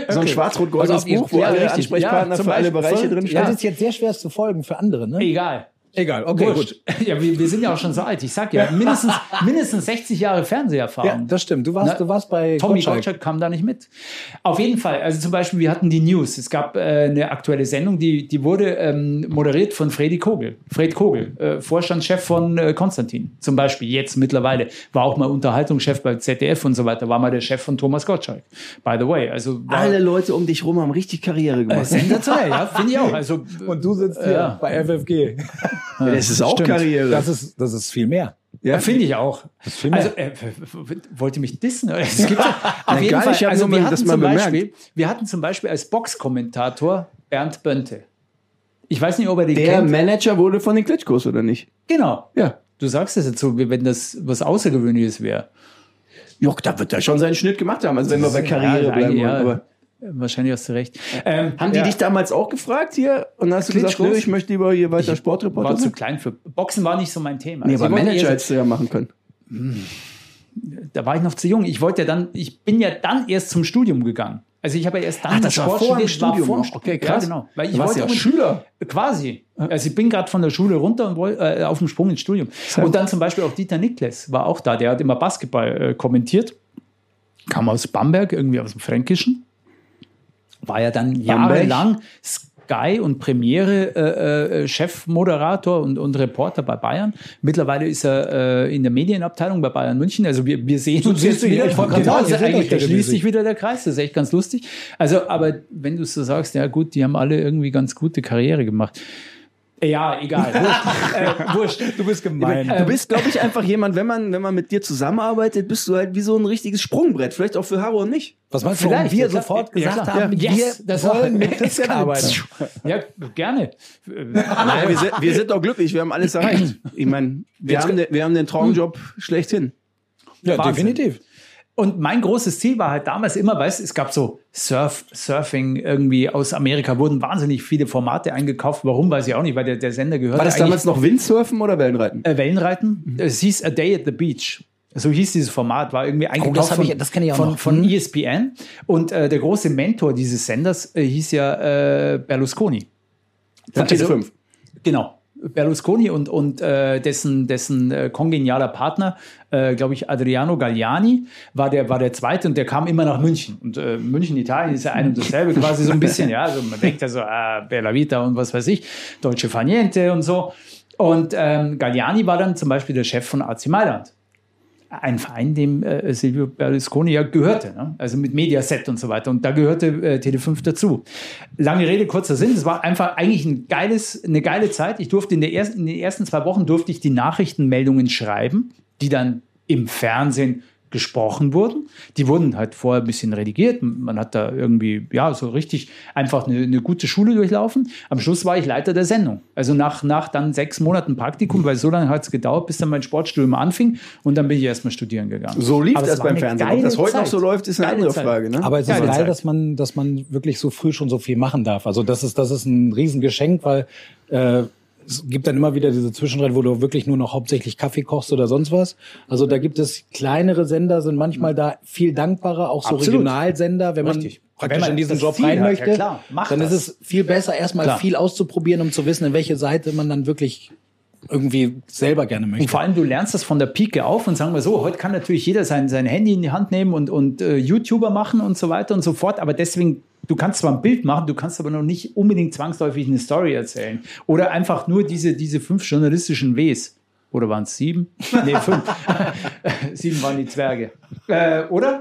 A: So ein schwarz-rot-goldenes
C: Pass auf, ihr-
A: Buch, wo
C: ja,
A: alle
C: richtig.
A: Ansprechpartner
D: Ja, zum
A: für alle
D: Beispiel.
A: Bereiche
D: Voll-
A: drin
D: Ja.
C: Das ist jetzt sehr schwer zu folgen für andere, ne?
D: Egal.
C: Egal, okay,
D: Wurscht. Ja, wir, wir sind ja auch schon so alt. Ich sag ja, mindestens, mindestens 60 Jahre
C: Ja,
D: Fernseherfahrung.
C: das stimmt. Du warst,
D: Na,
C: du warst bei
D: Tommy
C: Gottschalk.
D: Gottschalk kam da nicht mit. Auf jeden Fall. Also zum Beispiel, wir hatten die News. Es gab äh, eine aktuelle Sendung, die, die wurde ähm, moderiert von Freddy Kogel. Fred Kogel, äh, Vorstandschef von äh, Konstantin. Zum Beispiel jetzt mittlerweile. War auch mal Unterhaltungschef bei ZDF und so weiter. War mal der Chef von Thomas Gottschalk. By the way. Also war
A: Alle Leute um dich rum haben richtig Karriere
D: äh,
A: gemacht.
D: sensationell, ja. Finde ich auch. Also,
C: Und du sitzt hier
D: Ja.
C: bei FFG.
A: das ist auch
D: stimmt.
A: Karriere.
C: Das ist, das ist viel mehr.
A: ja.
D: Finde ich auch.
C: viel mehr.
D: Also, äh, w- w- wollte mich dissen? oder? Es gibt, auf jeden
A: geil,
D: Fall.
A: ich hab
D: also,
A: nur
D: wir
A: mal das
D: hatten,
A: mal
D: zum
A: bemerkt.
D: Beispiel, wir hatten zum Beispiel als Boxkommentator Bernd Bönte. Ich weiß nicht, ob er den
A: Der
D: kennt.
A: Manager wurde von den Klitschkos, oder nicht?
D: Genau.
A: Ja.
D: Du sagst es jetzt so, wie wenn das was Außergewöhnliches wäre.
A: Jock, da wird er schon seinen Schnitt gemacht haben, also wenn wir bei Karriere
D: Ja,
A: bleiben wollen.
D: ja,
A: Aber
D: Wahrscheinlich hast du recht. Ähm,
A: haben die
D: ja,
A: dich damals auch gefragt hier? Und dann hast du gesagt,
D: Klitschkos?
A: nö, ich möchte lieber hier weiter
D: war
A: Sportreporter
D: zu
A: sein?
D: klein für. Boxen war nicht so mein Thema.
A: Nee,
D: Also
A: aber
D: ich wollte
A: Manager
D: eher so-
A: hättest du ja eh machen können.
D: da war ich noch zu jung. Ich wollte ja dann, ich bin ja dann erst zum Studium gegangen. Also ich habe ja erst dann
A: Ah, das war vor dem
D: studiert, war
A: Studium
D: vor dem
A: noch. Okay,
D: Studium.
A: krass.
D: Ja, genau. Weil ich
A: Du warst
D: wollte
A: ja
D: unbedingt-
A: Schüler.
D: Quasi. Also ich bin gerade von der Schule runter und woll, äh, auf dem Sprung ins Studium. Und dann zum Beispiel auch Dieter Nikles war auch da. Der hat immer Basketball äh, kommentiert. Kam aus Bamberg, irgendwie aus dem Fränkischen. War ja dann jahrelang Sky und Premiere äh, äh, Chefmoderator und, und Reporter bei Bayern. Mittlerweile ist er äh, in der Medienabteilung bei Bayern München. Also wir, wir sehen uns
C: siehst
D: jetzt
C: du hier,
D: wieder.
C: ich wollte gerade
D: Genau, also
C: sagen, ihr seht euch
D: eigentlich, da schließt
C: regelmäßig.
D: sich wieder der Kreis. Das ist echt ganz lustig. Also, aber wenn du es so sagst, ja gut, die haben alle irgendwie ganz gute Karriere gemacht. Ja, egal. Wurscht. äh, wurscht.
B: Du bist gemein.
A: Du bist, glaube ich, einfach jemand, wenn man, wenn man mit dir zusammenarbeitet, bist du halt wie so ein richtiges Sprungbrett. Vielleicht auch für Haro und mich.
C: Was meinst du, warum
D: Vielleicht,
C: wir
D: ja, klar.
C: sofort
D: Ja,
C: gesagt
D: klar.
C: haben,
D: Ja, yes,
C: wir
D: das war-
C: wollen mit
D: das
C: Priska
D: war-
C: arbeiten?
D: Ja, gerne.
A: Nein, wir, sind, wir sind auch glücklich, wir haben alles erreicht. Ich meine, wir, haben den- wir haben den Traumjob schlechthin.
C: Ja,
D: Wahnsinn.
C: definitiv.
D: Und mein großes Ziel war halt damals immer, weißt du, es gab so Surf, Surfing irgendwie aus Amerika, wurden wahnsinnig viele Formate eingekauft. Warum, weiß ich auch nicht, weil der, der Sender gehört
A: War das damals noch Windsurfen oder Wellenreiten?
D: äh, Wellenreiten. Es hieß A Day at the Beach. So hieß dieses Format, war irgendwie eingekauft
C: Oh, das hab
D: von,
C: ich- das kenn ich auch
D: von,
C: noch. Mhm.
D: von E ESPN. Und äh, der große Mentor dieses Senders äh, hieß ja äh, Berlusconi.
A: Von
D: Also-
A: Tele5.
D: Genau. Berlusconi und, und äh, dessen, dessen äh, kongenialer Partner, äh, glaube ich, Adriano Galliani, war der, war der zweite und der kam immer nach München. Und äh, München, Italien ist ja ein und dasselbe quasi so ein bisschen, ja. Also man denkt ja so, ah, Bella Vita und was weiß ich, Deutsche Faniente und so. Und ähm, Galliani war dann zum Beispiel der Chef von AC Mailand. Ein Verein, dem äh, Silvio Berlusconi ja gehörte, ne? also mit Mediaset und so weiter. Und da gehörte äh, Tele5 dazu. Lange Rede, kurzer Sinn. Es war einfach eigentlich ein geiles, eine geile Zeit. Ich durfte in, der ersten, in den ersten zwei Wochen durfte ich die Nachrichtenmeldungen schreiben, die dann im Fernsehen gesprochen wurden. Die wurden halt vorher ein bisschen redigiert. Man hat da irgendwie, ja, so richtig einfach eine, eine gute Schule durchlaufen. Am Schluss war ich Leiter der Sendung. Also nach, nach dann sechs Monaten Praktikum, weil so lange hat es gedauert, bis dann mein Sportstudium anfing und dann bin ich erstmal studieren gegangen.
A: So lief
D: Aber es
A: das
D: war
A: beim
D: eine
A: Fernsehen. Ob
D: geile
A: das heute noch
D: Zeit.
A: so läuft, ist eine
D: Geile
A: andere
D: Zeit.
A: Frage. Ne?
C: Aber es ist
D: Geile
C: geil,
D: Zeit.
C: dass man, dass man wirklich so früh schon so viel machen darf. Also das ist, das ist ein Riesengeschenk, weil äh, es gibt dann immer wieder diese Zwischenreit, wo du wirklich nur noch hauptsächlich Kaffee kochst oder sonst was. Also da gibt es kleinere Sender, sind manchmal da viel dankbarer, auch so
A: Absolut.
C: Regionalsender, wenn man
D: Richtig.
C: praktisch
D: Wenn man
C: in diesen
D: das
C: Job
D: Ziel
C: rein
D: hat, ja
C: möchte.
D: klar, mach
C: dann
D: das.
C: ist es viel besser, erstmal
D: Klar.
C: viel auszuprobieren, um zu wissen, in welche Seite man dann wirklich irgendwie selber gerne möchte.
D: Und vor allem, du lernst das von der Pike auf und sagen wir so, heute kann natürlich jeder sein, sein Handy in die Hand nehmen und, und äh, YouTuber machen und so weiter und so fort, aber deswegen, du kannst zwar ein Bild machen, du kannst aber noch nicht unbedingt zwangsläufig eine Story erzählen. Oder einfach nur diese, diese fünf journalistischen Ws. Oder waren es sieben? Nee, fünf. sieben waren die Zwerge. Äh, oder?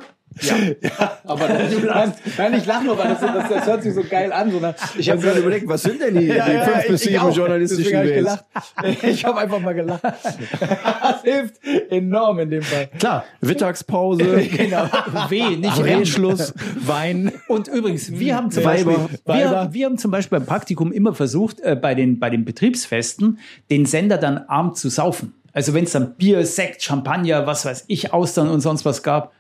C: Aber nein, nein, ich lache nur, weil das, das, das hört sich so geil an. So nach, ich
A: Ich habe gerade überlegt, was sind denn die, die fünf bis sieben journalistischen Wales?
C: Ich, ich habe einfach mal gelacht. Das hilft enorm in dem Fall.
D: Klar.
A: Mittagspause,
D: Genau. W, nicht N.
A: Brennschluss, Wein.
D: Und übrigens, wir haben zum
A: Weiber.
D: Beispiel, wir,
C: Weiber.
D: wir haben zum Beispiel beim Praktikum immer versucht, äh, bei, den, bei den Betriebsfesten den Sender dann arm zu saufen. Also wenn es dann Bier, Sekt, Champagner, was weiß ich, Austern und sonst was gab.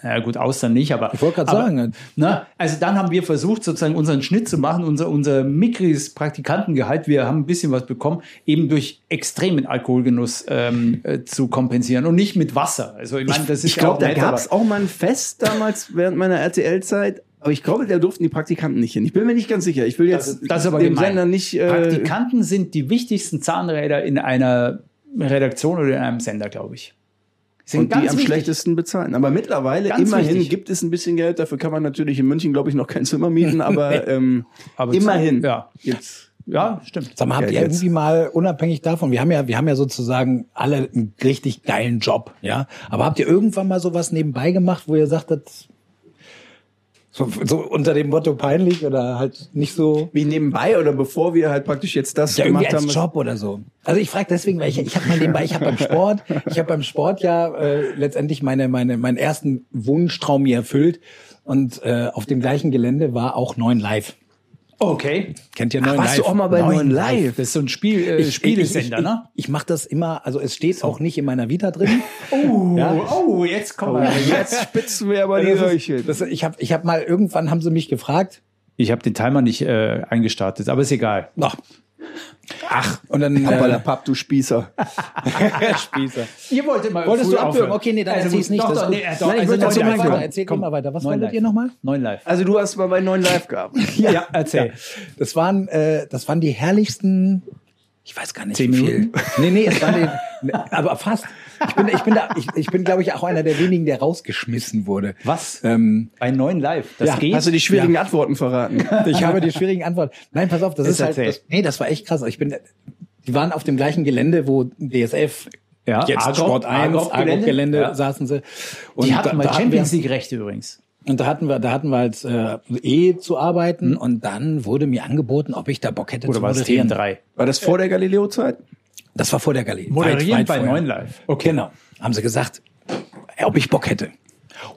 D: Na gut, Austern nicht, aber.
C: Ich wollte gerade
D: aber-
C: sagen.
D: Ne? Also dann haben wir versucht, sozusagen unseren Schnitt zu machen, unser, unser mickriges Praktikantengehalt, wir haben ein bisschen was bekommen, eben durch extremen Alkoholgenuss ähm, äh, zu kompensieren und nicht mit Wasser. Also ich meine, das ist
A: Ich
D: ja auch
A: glaube, da
D: nett, aber-
A: gab es auch mal ein Fest damals während meiner RTL-Zeit. Aber ich glaube, da durften die Praktikanten nicht hin. Ich bin mir nicht ganz sicher. Ich will jetzt
D: das ist aber
A: Also dem
D: gemein.
A: Sender nicht. Äh,
D: Praktikanten sind die wichtigsten Zahnräder in einer Redaktion oder in einem Sender, glaube ich. Sind
A: und die am
D: wichtig.
A: schlechtesten bezahlen. Aber mittlerweile,
D: Ganz
A: immerhin
D: wichtig.
A: gibt es ein bisschen Geld. Dafür kann man natürlich in München, glaube ich, noch kein Zimmer mieten. Aber, ähm,
D: Aber
A: immerhin
D: ja.
A: gibt's.
D: Ja, stimmt.
C: Sag mal, habt
A: Ja,
C: ihr
A: jetzt.
C: irgendwie mal unabhängig davon, wir haben ja, wir haben ja sozusagen alle einen richtig geilen Job, ja. Aber habt ihr irgendwann mal sowas nebenbei gemacht, wo ihr sagtet, so, so unter dem Motto peinlich oder halt nicht so
A: Wie nebenbei oder bevor wir halt praktisch jetzt das
C: ja, irgendwie
A: gemacht
C: als
A: haben.
C: Job oder so. Also ich frage deswegen, weil ich, ich habe mal nebenbei, ich habe beim Sport, ich habe beim Sport ja äh, letztendlich meine, meine, meinen ersten Wunschtraum mir erfüllt und äh, auf dem gleichen Gelände war auch Neun Live.
D: Okay.
C: Kennt ihr neuen
A: warst du auch mal bei Neuen Live?
D: Das ist so ein Spiel, äh, Spielesender,
C: ich, ich,
D: ne?
C: Ich, ich mache das immer, also es steht auch nicht in meiner Vita drin.
D: Oh, oh, jetzt kommen wir.
A: Jetzt spitzen wir aber die
C: Das ist-
A: Röhrchen.
C: das, ich habe ich hab mal, irgendwann haben sie mich gefragt,
D: Ich habe den Timer nicht äh, eingestartet, aber ist egal.
C: ach, ach und dann äh,
A: Papp, du Spießer.
C: Spießer.
D: Ihr wollt immer
C: Wolltest
D: früh
C: du abwürgen?
D: aufhören.
C: Okay, nee, dann
D: Also,
C: erzähl ich nicht.
D: Doch,
C: das
D: doch,
C: ist gut.
D: nee, doch,
C: Nein, ich
D: also
C: will
D: neun
C: erzähl mal
D: live.
C: weiter.
D: Komm,
C: Erzähl
D: komm.
C: mal weiter. Was
D: Neun
C: wolltet
D: live.
C: ihr nochmal?
D: Neun live.
A: Also du hast mal bei neuen Live gearbeitet.
D: Ja, erzähl.
C: Das waren, äh, das waren die herrlichsten. Ich weiß gar nicht,
D: Zehn
C: wie viel.
D: Minuten?
C: Nee, nee, es waren die, nee, aber fast. Ich bin, ich bin, da, ich, ich bin glaube ich, auch einer der wenigen, der rausgeschmissen wurde.
D: Was?
C: Ähm,
D: Bei neun live. Das
C: Ja,
D: geht.
A: Hast du die schwierigen Antworten verraten?
C: ich habe die schwierigen Antworten. Nein, pass auf, das
D: Jetzt
C: ist halt.
D: erzähl.
C: Das, nee, das war echt krass. Ich bin, die waren auf dem gleichen Gelände, wo DSF,
D: Ja,
C: jetzt
D: Argop,
C: Sport 1,
D: Argop-Gelände.
C: Argop-Gelände
D: Ja.
C: saßen sie. Und
D: die hatten mal
C: hatten
D: Champions
C: wir-
D: League Recht übrigens.
C: Und da hatten wir, da hatten wir halt äh, eh zu arbeiten und dann wurde mir angeboten, ob ich da Bock hätte zu
D: Hm? Oder war es
C: moderieren.
D: TM3?
A: War das vor der Galileo-Zeit?
C: Das war vor der Galerie.
D: Moderieren bei
C: vorher.
D: Neun Live.
C: Okay. Genau. Haben sie gesagt, ob ich Bock hätte.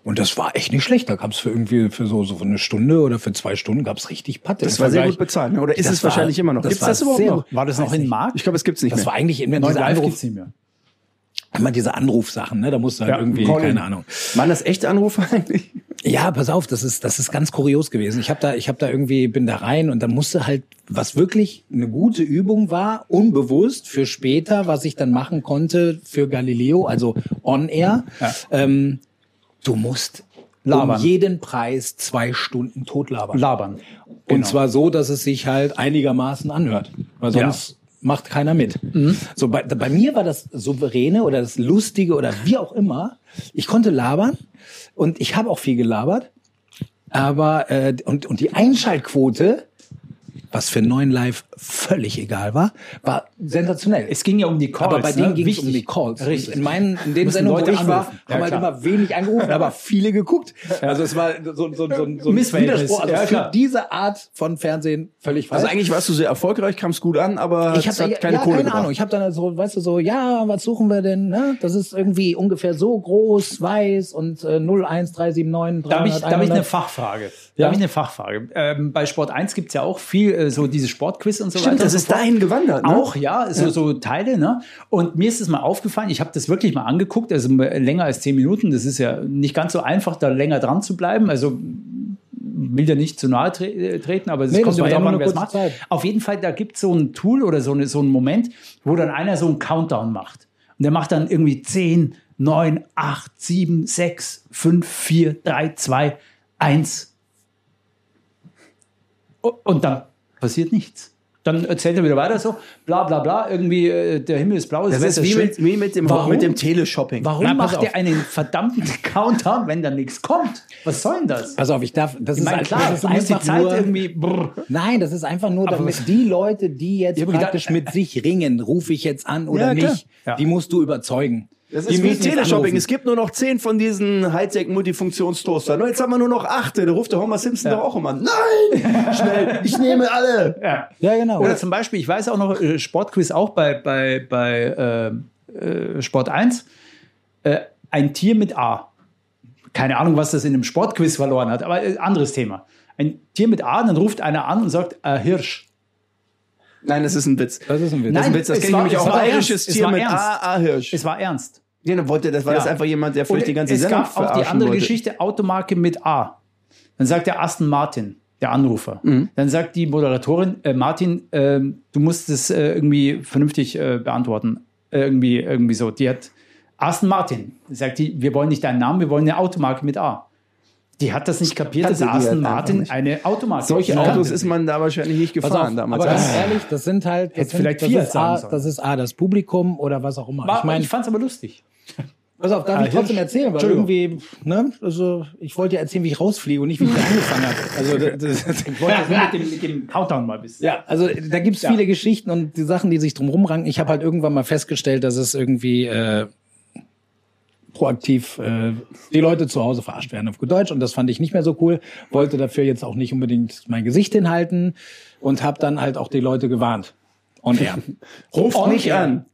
C: Und das war echt nicht schlecht. Da gab es für irgendwie für so, so eine Stunde oder für zwei Stunden gab es richtig Patte.
A: Das
C: Im
A: war sehr
C: Vergleich-
A: gut bezahlt, ne? oder ist
C: Das
A: es
C: war-
A: wahrscheinlich immer noch?
C: das
A: Gibt's
C: war
A: das überhaupt
C: sehr-
A: noch?
D: War das noch
C: Weiß
D: in
C: nicht.
D: Mark?
A: Ich glaube, es gibt's nicht
C: Das
A: mehr.
C: war eigentlich immer
D: Neun
C: dieser
D: live
C: Anruf,
D: gibt's nicht mehr.
C: immer diese Anrufsachen, ne? Da musst du halt
D: Ja,
C: irgendwie,
D: Colin.
C: keine Ahnung.
A: Waren das echte Anrufe eigentlich?
C: Ja, pass auf, das ist das ist ganz kurios gewesen. Ich habe da ich habe da irgendwie bin da rein und dann musste halt was wirklich eine gute Übung war, unbewusst für später, was ich dann machen konnte für Galileo, also on air. Ähm, du musst
D: Labern.
C: um jeden Preis zwei Stunden totlabern.
D: Labern.
C: und zwar so, dass es sich halt einigermaßen anhört, weil
D: Genau. Ja.
C: sonst macht keiner mit. So bei, bei mir war das souveräne oder das lustige oder wie auch immer. Ich konnte labern und ich habe auch viel gelabert. Aber äh, und, und die Einschaltquote, was für neuen Live völlig egal war, war sensationell.
D: Es ging ja um die Calls.
C: aber bei denen
D: ne?
C: ging es um
D: Wichtig.
C: die Calls.
D: Richtig.
C: In, meinen, in den
D: Müssen
C: Sendungen, wo
D: Leute
C: ich war,
D: anrufen. Ja,
C: haben halt
D: klar.
C: immer wenig angerufen, aber viele geguckt. Also es war so, so, so, so ein
D: Missverhältnis.
C: Widerspruch. Also
D: Ja,
C: für
D: klar.
C: diese Art von Fernsehen völlig falsch
A: Also eigentlich warst du sehr erfolgreich, kam's gut an, aber
C: ich
A: es hat
C: habe ja,
A: keine
C: keine, ja,
A: Kohle
C: keine
A: gebracht.
C: Ahnung. Ich habe dann halt so, weißt du, so, ja, was suchen wir denn? Ne? Das ist irgendwie ungefähr so groß, weiß und äh, 01379.
D: Da habe ich, da hab ich eine
C: 300.
D: Fachfrage. Da
C: Ja?
D: habe ich eine Fachfrage. Ähm, bei Sport 1 gibt es ja auch viel äh, so diese Sportquiz und so
A: Stimmt,
D: weiter.
A: das
D: und so
A: ist dahin gewandert. Ne?
D: Auch, ja, so, so Teile, ne? Und mir ist es mal aufgefallen, ich habe das wirklich mal angeguckt, also länger als zehn Minuten, das ist ja nicht ganz so einfach, da länger dran zu bleiben, also will dir nicht zu nahe tre äh, treten, aber es
C: Nee,
D: kommt
C: das
D: immer
C: war
D: drauf
C: ja
D: an,
C: nur
D: wer es
C: kurze
D: macht.
C: Zeit.
D: Auf jeden Fall, da gibt es so ein Tool oder so, eine, so einen Moment, wo dann einer so einen Countdown macht. Und der macht dann irgendwie 10, 9, 8, 7, 6, 5, 4, 3, 2, 1. U- Und dann passiert nichts. Dann erzählt er wieder weiter so, bla bla bla, irgendwie äh, der Himmel ist blau,
A: Das
D: das
A: ist
D: Wetter
A: wie
D: ist schön.
A: mit, wie mit dem,
C: Warum?
A: mit dem Teleshopping.
C: Warum
D: Warum
C: macht
D: macht
C: der
D: er einen verdammten Countdown, wenn dann nichts kommt? Was soll denn das?
C: Pass auf, ich darf. Das
D: Ich
C: ist,
D: meine,
C: ein-
D: klar,
C: das ist
D: du musst die
C: einfach
D: Zeit
C: nur,
D: irgendwie. Brr.
C: Nein, das ist einfach nur, damit die Leute, die jetzt
D: hab gedacht,
C: praktisch mit sich ringen, rufe ich jetzt an oder
A: Ja, klar.
C: nicht,
D: Ja.
C: die musst du überzeugen.
A: Das
C: die
A: ist wie
C: müssen jetzt
A: Teleshopping.
C: anrufen.
A: Es gibt nur noch zehn von diesen Hightech-Multifunktionstoaster. Nur Jetzt haben wir nur noch acht. Da ruft der Homer Simpson doch auch immer. an. Nein! Schnell! Ich nehme alle!
D: Ja.
C: Ja, genau.
D: Oder zum Beispiel, ich weiß auch noch, äh, Sportquiz auch bei, bei, bei äh, äh, Sport 1, äh, ein Tier mit A. Keine Ahnung, was das in einem Sportquiz verloren hat, aber äh, anderes Thema. Ein Tier mit A, dann ruft einer an und sagt, äh, Hirsch.
A: Nein, das ist ein Witz.
C: das ist ein Witz.
A: Das ist ein
D: Nein,
A: Witz. Das
D: es
A: kenne ich
D: war-
A: nämlich
D: es
A: auch.
D: war
A: Bayerisches
D: ernst. Es
A: Tier
D: war
A: mit
D: ernst.
A: A, A, Hirsch.
D: Es war ernst.
A: Ja, dann wollte, das war das
D: Ja.
A: einfach jemand, der vielleicht
D: Und
A: die ganze
D: es
A: Sendung
D: gab auch die
A: verarschen
D: andere
A: wollte.
D: Geschichte, Automarke mit A. Dann sagt der Aston Martin, der Anrufer.
A: Mhm.
D: Dann sagt die Moderatorin, äh, Martin, ähm, du musst es äh, irgendwie vernünftig äh, beantworten. Äh, irgendwie, irgendwie so. Die hat Aston Martin. Sagt die, wir wollen nicht deinen Namen, wir wollen eine Automarke mit A. Die hat das nicht kapiert,
A: Kannte
D: dass
A: die halt
D: Aston
A: einfach
D: Martin
A: nicht.
D: eine Automarke
A: Solche
D: ist.
A: Autos ist man da wahrscheinlich nicht
C: Pass
A: gefahren
C: auf,
A: damals.
C: aber ganz ehrlich, das sind halt, das,
D: Hätte
C: sind,
D: vielleicht
C: das,
D: Fiat
C: ist
D: sagen
C: A,
D: sollen.
C: das ist A, das Publikum oder was auch immer.
D: War,
C: ich meine,
D: ich fand es aber lustig.
C: Pass auf, darf
D: Ah,
C: ich trotzdem
D: Hirsch.
C: erzählen, weil
D: Entschuldigung.
C: irgendwie, ne, also ich wollte ja erzählen, wie ich rausfliege und nicht, wie ich da angefangen habe. Also, das, das, ich wollte das nur
D: mit, dem, mit dem Countdown mal bist.
C: ja, also da gibt's viele Geschichten und die Sachen, die sich drum rumranken. Ich habe halt irgendwann mal festgestellt, dass es irgendwie äh, proaktiv äh, die Leute zu Hause verarscht werden auf gut Deutsch und das fand ich nicht mehr so cool. Wollte dafür jetzt auch nicht unbedingt mein Gesicht hinhalten und habe dann halt auch die Leute gewarnt. Und ja,
A: Ruft nicht an.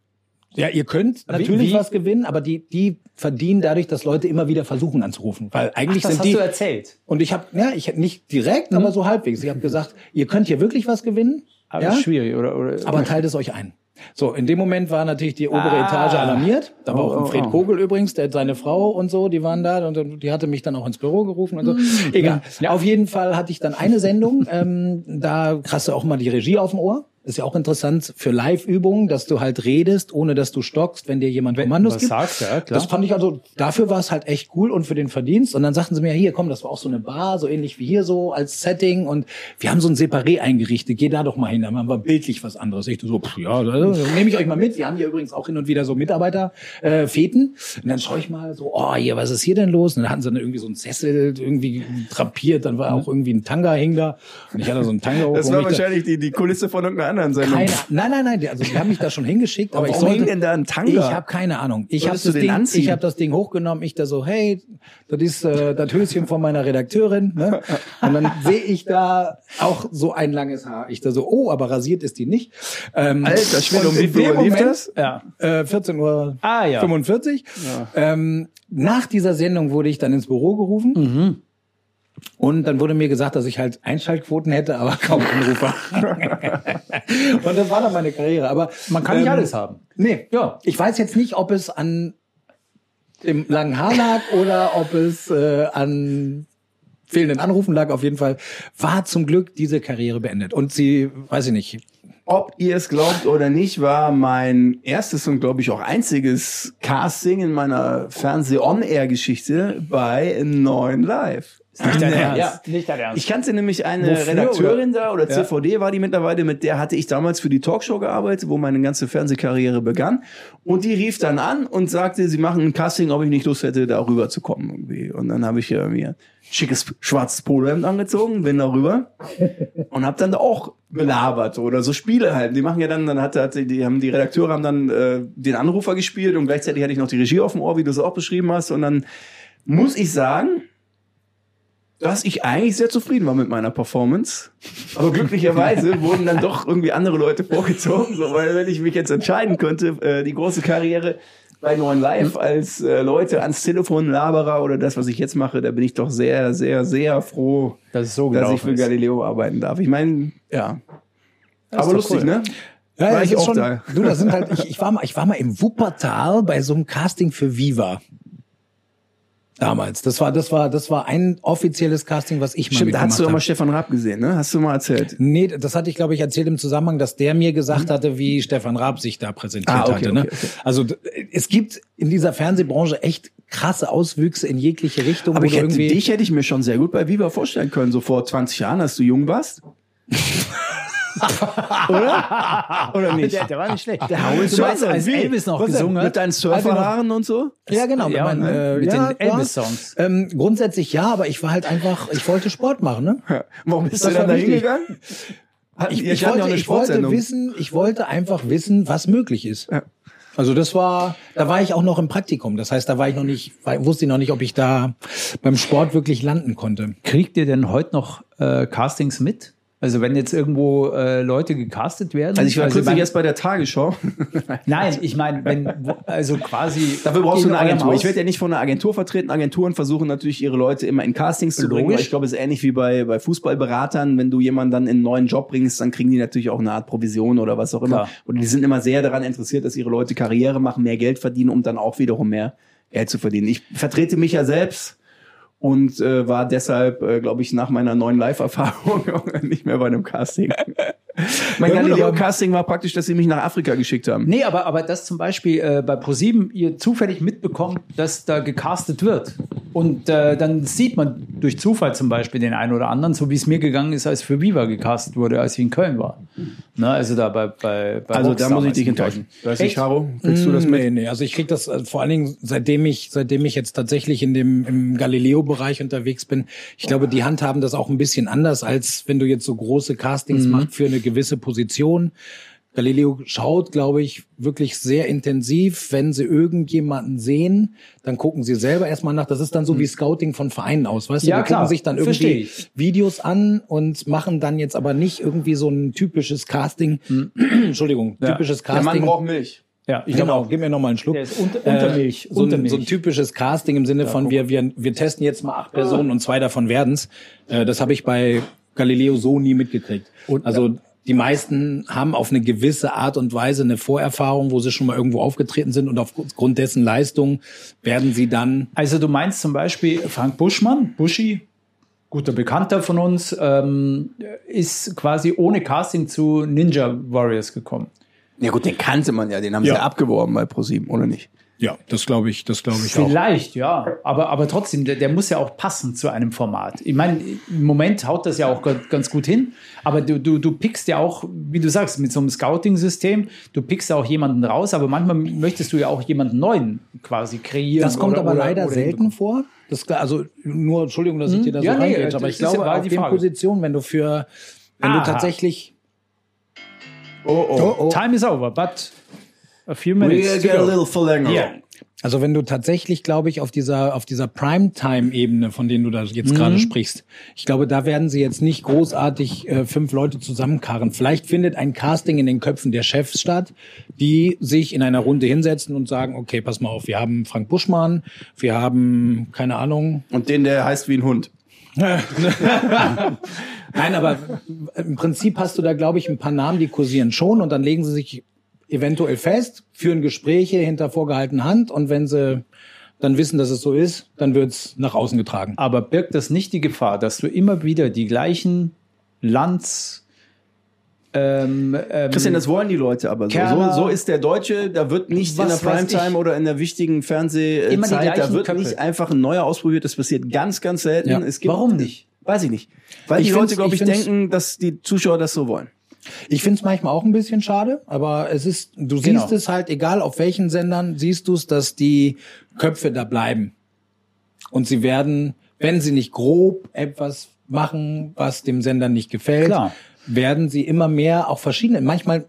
C: Ja, ihr könnt natürlich
D: wie-
C: was gewinnen, aber die, die verdienen dadurch, dass Leute immer wieder versuchen anzurufen. Weil eigentlich
D: das
C: sind
D: hast
C: die.
D: du erzählt.
C: Und ich habe, ja, ich nicht direkt, aber so halbwegs. Ich habe gesagt, ihr könnt hier wirklich was gewinnen,
D: Aber
C: ja,
D: ist schwierig, oder? oder
C: aber teilt es euch ein. So, in dem Moment war natürlich die
D: Ah.
C: obere Etage alarmiert. Da war
D: Oh,
C: auch ein Fred Kogel übrigens, der seine Frau und so, die waren da und die hatte mich dann auch ins Büro gerufen und so.
D: Mhm.
C: Egal. Auf jeden Fall hatte ich dann eine Sendung, ähm, da hast du auch mal die Regie auf dem Ohr. Ist ja auch interessant für Live-Übungen, dass du halt redest, ohne dass du stockst, wenn dir jemand Kommandos
D: was
C: gibt.
D: sagt, ja, klar.
C: Das fand ich also, dafür war es halt echt cool und für den Verdienst. Und dann sagten sie mir, hier, komm, das war auch so eine Bar, so ähnlich wie hier so als Setting. Und wir haben so ein Separé eingerichtet, geh da doch mal hin, dann haben wir bildlich was anderes. Ich so, pff, ja, da- da nehme ich euch mal mit. Wir haben hier übrigens auch hin und wieder so Mitarbeiter äh, feten. Und dann schaue ich mal so, oh, hier, was ist hier denn los? Und dann hatten sie dann irgendwie so einen Sessel irgendwie drapiert, dann war auch irgendwie ein Tanga hing da. Und ich hatte so einen Tanga hoch.
A: Mhm. Das
C: und
A: war
C: mich da-
A: wahrscheinlich die, die Kulisse von irgendeiner anderen Sendung.
C: Keiner, nein, nein, nein, die- also die haben mich da schon hingeschickt, aber ich
A: Warum
C: sollte
A: hing denn da ein Tanga?
C: Ich habe keine Ahnung. Ich habe
A: Solltest du
C: das
A: den
C: Ding,
A: anziehen?
C: ich habe das Ding hochgenommen, ich da so, hey, das ist äh, das Höschen von meiner Redakteurin, ne? Und dann sehe ich da auch so ein langes Haar. Ich da so, oh, aber rasiert ist die nicht. Ähm,
A: Alter Schwede,
C: und
A: um wie
C: in
A: viel
C: dem
A: Uhr lief
C: Moment-
A: das?
D: ja.
C: äh, 14 Uhr
D: Ah, ja.
C: 45. Ähm, nach dieser Sendung wurde ich dann ins Büro gerufen. Und dann wurde mir gesagt, dass ich halt Einschaltquoten hätte, aber kaum Anrufer. und das war dann meine Karriere. Aber ähm,
D: Man kann nicht alles haben.
C: Nee,
D: Ja.
C: Ich weiß jetzt nicht, ob es an dem langen Haar lag oder ob es äh, an fehlenden Anrufen lag. Auf jeden Fall war zum Glück diese Karriere beendet. Und sie, weiß ich nicht,
A: Ob ihr es glaubt oder nicht, war mein erstes und glaube ich auch einziges Casting in meiner Fernseh-On-Air-Geschichte bei 9 Live.
D: Nicht dein
A: Ja.
D: Ernst. nicht dein Ernst.
A: Ich kannte nämlich eine
D: Wofür,
A: Redakteurin da oder CVD war die mittlerweile, mit der hatte ich damals für die Talkshow gearbeitet, wo meine ganze Fernsehkarriere begann. Und die rief dann an und sagte, sie machen ein Casting, ob ich nicht Lust hätte, da rüber zu kommen irgendwie. Und dann habe ich ja mir ein schickes schwarzes Polohemd angezogen, bin da rüber und habe dann da auch belabert oder so Spiele halt. Die machen ja dann, dann hatte, hatte die haben die Redakteure haben dann äh, den Anrufer gespielt und gleichzeitig hatte ich noch die Regie auf dem Ohr, wie du es auch beschrieben hast. Und dann muss ich sagen, dass ich eigentlich sehr zufrieden war mit meiner Performance. Aber glücklicherweise wurden dann doch irgendwie andere Leute vorgezogen, so, weil wenn ich mich jetzt entscheiden könnte, äh, die große Karriere bei Neuen Live als äh, Leute ans Telefon Laberer oder das, was ich jetzt mache, da bin ich doch sehr, sehr, sehr froh,
D: das ist so
A: dass ich für
D: gelaufen. ist.
A: Galileo arbeiten darf. Ich meine, ja. Aber
D: doch
A: lustig,
D: cool.
A: ne?
C: Ja,
A: War
C: ja,
A: ich
C: ich ist
A: auch
C: schon,
A: da.
C: Du, das sind halt, ich, ich, war mal, ich war mal im Wuppertal bei so einem Casting für Viva. Damals. Das war, das war, das war ein offizielles Casting, was ich mal
A: Stimmt, da hast
C: mitgemacht
A: du ja mal
C: habe.
A: Stefan Raab gesehen, ne? Hast du mal erzählt.
C: Nee, das hatte ich, glaube ich, erzählt im Zusammenhang, dass der mir gesagt hatte, wie Stefan Raab sich da präsentiert
A: Hm. Ah, okay,
C: hatte. Ne?
A: okay, okay.
C: Also d- es gibt in dieser Fernsehbranche echt krasse Auswüchse in jegliche Richtung.
A: Aber
C: wo
A: ich
C: du
A: hätte,
C: irgendwie
A: dich hätte ich mir schon sehr gut bei Viva vorstellen können, so vor 20 Jahren, als du jung warst. Oder? Oder nicht?
D: Ah, Der, der war nicht schlecht. Der
A: Howell
D: du meinst,
A: Schulze,
D: als
A: wie?
D: Elvis noch
A: Was denn?
D: gesungen
A: Mit
D: hat.
A: deinen Surferhaaren und so?
C: Ja, genau.
D: Ja,
C: mit meinen,
D: ne?
C: äh,
D: Mit
C: ja,
D: den
C: ja.
D: Elvis-Songs.
C: Ähm, grundsätzlich ja, aber ich war halt einfach, ich wollte Sport machen, ne?
A: Warum bist
C: Das
A: du dann da
C: war wichtig.
A: hingegangen? Hatten-
C: Ich,
A: ihr hattet
C: ich,
A: ja
C: wollte,
A: auch eine
C: ich wollte
A: Sportsendung.
C: wissen, ich wollte einfach wissen, was möglich ist.
A: Ja.
C: Also das war, da war ich auch noch im Praktikum. Das heißt, da war ich noch nicht, war- wusste ich noch nicht, ob ich da beim Sport wirklich landen konnte.
D: Kriegt ihr denn heute noch äh, Castings mit? Also wenn jetzt irgendwo äh, Leute gecastet werden?
A: Also ich war kürzlich
D: beim-
A: erst bei der Tagesschau.
D: Nein, ich meine, wenn wo- also quasi
A: Dafür brauchst
D: in
A: du eine
D: eurem
A: Agentur.
D: Haus-
A: Ich werde ja nicht von einer Agentur vertreten. Agenturen versuchen natürlich ihre Leute immer in Castings zu bringen. Aber
D: Logisch.
A: ich glaube, es ist ähnlich wie bei, bei Fußballberatern. Wenn du jemanden dann in einen neuen Job bringst, dann kriegen die natürlich auch eine Art Provision oder was auch immer.
D: Klar.
A: Und die sind immer sehr daran interessiert, dass ihre Leute Karriere machen, mehr Geld verdienen, um dann auch wiederum mehr Geld zu verdienen. Ich vertrete mich ja selbst und äh, war deshalb, äh, glaube ich, nach meiner neuen Live-Erfahrung nicht mehr bei einem Casting. mein
C: Ja, gut, aber-
A: Galileo-Casting war praktisch, dass sie mich nach Afrika geschickt haben.
D: Nee, aber, aber dass zum Beispiel äh, bei ProSieben ihr zufällig mitbekommt, dass da gecastet wird. Und äh, dann sieht man durch Zufall zum Beispiel den einen oder anderen, so wie es mir gegangen ist, als für Viva gecastet wurde, als ich in Köln war. Na, also da bei, bei, bei
A: Also
D: Vox
A: da muss ich
D: damals
A: dich
D: im Gleichen.
A: enttäuschen. Weiß nicht,
D: Echt?
A: Haro, kriegst du das mit?
C: Nee, nee, also ich krieg das äh, vor allen Dingen, seitdem ich, seitdem ich jetzt tatsächlich in dem im Galileo-Bereich unterwegs bin, ich glaube, die handhaben das auch ein bisschen anders, als wenn du jetzt so große Castings
A: Mm.
C: machst für eine gewisse Position. Galileo schaut, glaube ich, wirklich sehr intensiv. Wenn sie irgendjemanden sehen, dann gucken sie selber erstmal nach. Das ist dann
A: Mm.
C: so wie Scouting von Vereinen aus, weißt du?
D: Ja,
C: die
D: klar.
C: gucken sich dann
D: Versteh
C: irgendwie
D: ich.
C: Videos an und machen dann
A: Mm.
C: jetzt aber nicht irgendwie so ein typisches Casting. Entschuldigung, typisches
A: Der
C: Casting.
A: Mann braucht Milch.
D: Ja, ich
C: genau,
D: glaube
C: gib mir nochmal einen Schluck. Äh,
D: Der ist unter- Untermilch,
C: so, ein,
D: Untermilch.
C: so ein typisches Casting im Sinne von, wir, wir, wir testen jetzt mal acht Personen und zwei davon werden's. Äh, das habe ich bei Galileo so nie mitgekriegt. also die meisten haben auf eine gewisse Art und Weise eine Vorerfahrung, wo sie schon mal irgendwo aufgetreten sind und aufgrund dessen Leistung werden sie dann
D: Also du meinst zum Beispiel Frank Buschmann, Buschi, guter Bekannter von uns, ähm, ist quasi ohne Casting zu Ninja Warriors gekommen.
A: Ja gut, den kannte man ja, den haben sie ja abgeworben bei ProSieben, oder nicht?
C: ja, das glaube ich, das glaube ich
D: Vielleicht, ja. Aber, aber trotzdem, der, der muss ja auch passen zu einem Format. Ich meine, im Moment haut das ja auch ga- ganz gut hin. Aber du, du, du pickst ja auch, wie du sagst, mit so einem Scouting-System, du pickst ja auch jemanden raus, aber manchmal möchtest du ja auch jemanden neuen quasi kreieren.
C: Das kommt
D: oder-
C: aber
D: oder-
C: leider
D: oder
C: selten vor. Das, ist klar, also nur, Entschuldigung, dass ich dir da
D: Hm? Ja,
C: so
D: nee,
C: reingehe,
D: das
C: aber ich
D: ist ja
C: glaube,
D: mal
C: auf
D: die
C: den
D: Frage.
C: Positionen, wenn du für, wenn
D: Aha.
C: du tatsächlich
A: Oh,
C: oh.
D: Time is over, but a few
A: oh.
D: minutes.
A: We
D: to
A: get a
D: go.
A: little Verlängerung.
D: Yeah.
C: Also wenn du tatsächlich, glaube ich, auf dieser, auf dieser Primetime-Ebene, von denen du da jetzt gerade sprichst, ich glaube, da werden sie jetzt nicht großartig äh, fünf Leute zusammenkarren. Vielleicht findet ein Casting in den Köpfen der Chefs statt, die sich in einer Runde hinsetzen und sagen, okay, pass mal auf, wir haben Frank Buschmann, wir haben, keine Ahnung,
A: Und den, der heißt wie ein Hund.
C: Nein, aber im Prinzip hast du da, glaube ich, ein paar Namen, die kursieren schon und dann legen sie sich eventuell fest, führen Gespräche hinter vorgehaltener Hand und wenn sie dann wissen, dass es so ist, dann wird's nach außen getragen.
D: Aber birgt das nicht die Gefahr, dass du immer wieder die gleichen Lands. Ähm, ähm,
A: Christian, das wollen die Leute aber so.
D: Kerner.
A: So, so ist der Deutsche, da wird nicht in
D: Was
A: der
D: weiß ich.
A: Primetime oder in der wichtigen
D: Immer die
A: Fernsehzeit, da
D: gleichen
A: wird
D: Köpfe.
A: nicht einfach ein neuer ausprobiert. Das passiert ganz, ganz selten.
C: Ja.
A: Es gibt,
D: Warum nicht?
A: Weiß ich nicht. Weil
C: Ich
A: die
C: find's-
A: Leute, glaube
C: ich
A: ich,
C: find's-
A: denken, dass die Zuschauer das so wollen.
C: Ich find's manchmal auch ein bisschen schade, aber es ist, du siehst
D: Genau.
C: es halt, egal auf welchen Sendern, siehst du es, dass die Köpfe da bleiben. Und sie werden, wenn sie nicht grob etwas machen, was dem Sender nicht gefällt,
D: Klar.
C: werden sie immer mehr auch verschiedene. Manchmal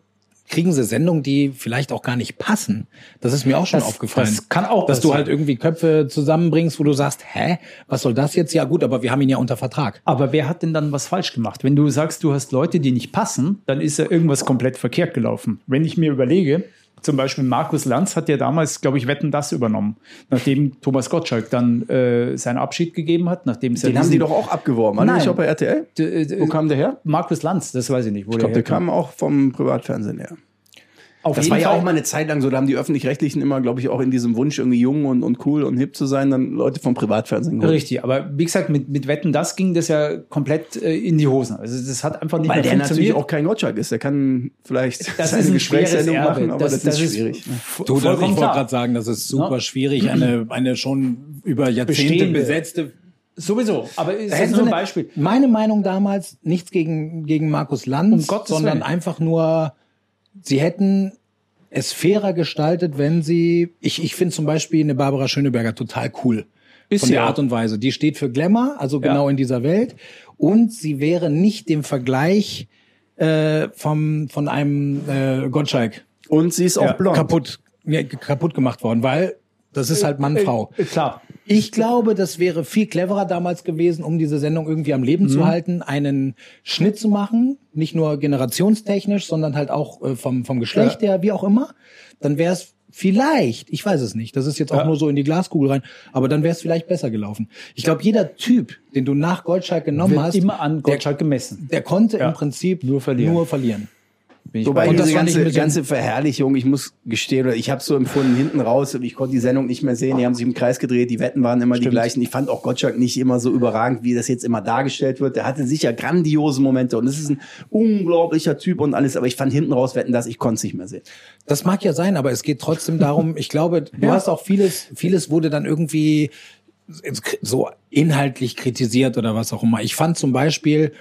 C: kriegen sie Sendungen, die vielleicht auch gar nicht passen. Das ist mir auch schon
D: Das-
C: aufgefallen.
D: das kann auch
C: Dass du
D: passieren.
C: halt irgendwie Köpfe zusammenbringst, wo du sagst, hä, was soll das jetzt? Ja gut, aber wir haben ihn ja unter Vertrag.
D: aber wer hat denn dann was falsch gemacht? Wenn du sagst, du hast Leute, die nicht passen, dann ist ja irgendwas komplett verkehrt gelaufen. Wenn ich mir überlege, zum Beispiel Markus Lanz hat ja damals, glaube ich, Wetten das übernommen, nachdem Thomas Gottschalk dann äh, seinen Abschied gegeben hat, nachdem es ja
A: Den haben
D: diesen-
A: die doch auch abgeworben. Nein.
D: Nein.
A: Nicht auch bei RTL?
D: D-
A: Wo
D: d-
A: kam der her?
D: Markus Lanz, das weiß ich nicht, wo
A: Ich glaube, der
D: herkam.
A: kam auch vom Privatfernsehen her.
D: Auf
A: Das
D: jeden
A: war ja
D: Fall-
A: auch mal eine Zeit lang so, da haben die Öffentlich-Rechtlichen immer, glaube ich, auch in diesem Wunsch, irgendwie jung und, und cool und hip zu sein, dann Leute vom Privatfernsehen geholt.
D: Richtig, aber wie gesagt, mit, mit Wetten, das ging das ja komplett äh, in die Hosen. Also das hat einfach nicht
A: Weil
D: mehr
A: der natürlich
D: funktioniert.
A: auch kein Gottschalk ist. Der kann vielleicht
D: das
A: seine
D: ist ein
A: Gesprächssendung
D: schweres Erbe.
A: machen, aber das, ist schwierig.
D: v-
C: Du, das, ich
D: vollkommen
C: wollte
D: klar. Ne?
C: gerade sagen, das ist super schwierig, eine, eine schon über Jahrzehnte
D: Bestehende.
C: besetzte.
D: Sowieso, aber es
C: Hätten
D: ist nur ein
C: sie eine-
D: Beispiel.
C: Meine Meinung damals, nichts gegen, gegen Markus
D: Um
C: Lanz,
D: Gottes
C: sondern
D: Willen.
C: einfach nur, sie hätten es fairer gestaltet, wenn sie, ich, ich finde zum Beispiel eine Barbara Schöneberger total cool.
D: Ist
C: von
D: sie
C: der Art
D: auch.
C: und Weise. Die steht für Glamour, also
D: Ja.
C: genau in dieser Welt. Und sie wäre nicht dem Vergleich äh, vom, von einem äh, Gottschalk
A: Und sie ist auch
D: Ja,
A: blond.
C: kaputt, ja, kaputt gemacht worden, weil das ist halt Mann, Frau.
D: Äh, Klar.
C: Ich glaube, das wäre viel cleverer damals gewesen, um diese Sendung irgendwie am Leben zu halten, einen Schnitt zu machen, nicht nur generationstechnisch, sondern halt auch äh, vom, vom Geschlecht her, wie auch immer. Dann wäre es vielleicht, ich weiß es nicht, das ist jetzt auch
D: Ja.
C: nur so in die Glaskugel rein, aber dann wäre es vielleicht besser gelaufen. Ich glaube, jeder Typ, den du nach Goldschalk genommen
D: Wird
C: hast,
D: immer an
C: der,
D: Gottschalk gemessen.
C: der konnte
D: Ja.
C: im Prinzip
D: Nur verlieren.
C: Nur verlieren.
D: Bin ich
A: Wobei
D: bei dir.
C: das
A: diese
C: fand ich ein
A: ganze,
C: bisschen-
A: ganze Verherrlichung, ich muss gestehen, oder ich habe so empfunden, hinten raus, ich konnte die Sendung nicht mehr sehen, die haben sich im Kreis gedreht, die Wetten waren immer die gleichen. Ich fand auch Gottschalk nicht immer so überragend, wie das jetzt immer dargestellt wird. Der hatte sicher grandiose Momente und es ist ein unglaublicher Typ und alles, aber ich fand hinten raus, Wetten das, ich konnte es nicht mehr sehen.
C: Das mag ja sein, aber es geht trotzdem darum, ich glaube, du hast auch vieles, vieles wurde dann irgendwie so inhaltlich kritisiert oder was auch immer. Ich fand zum Beispiel,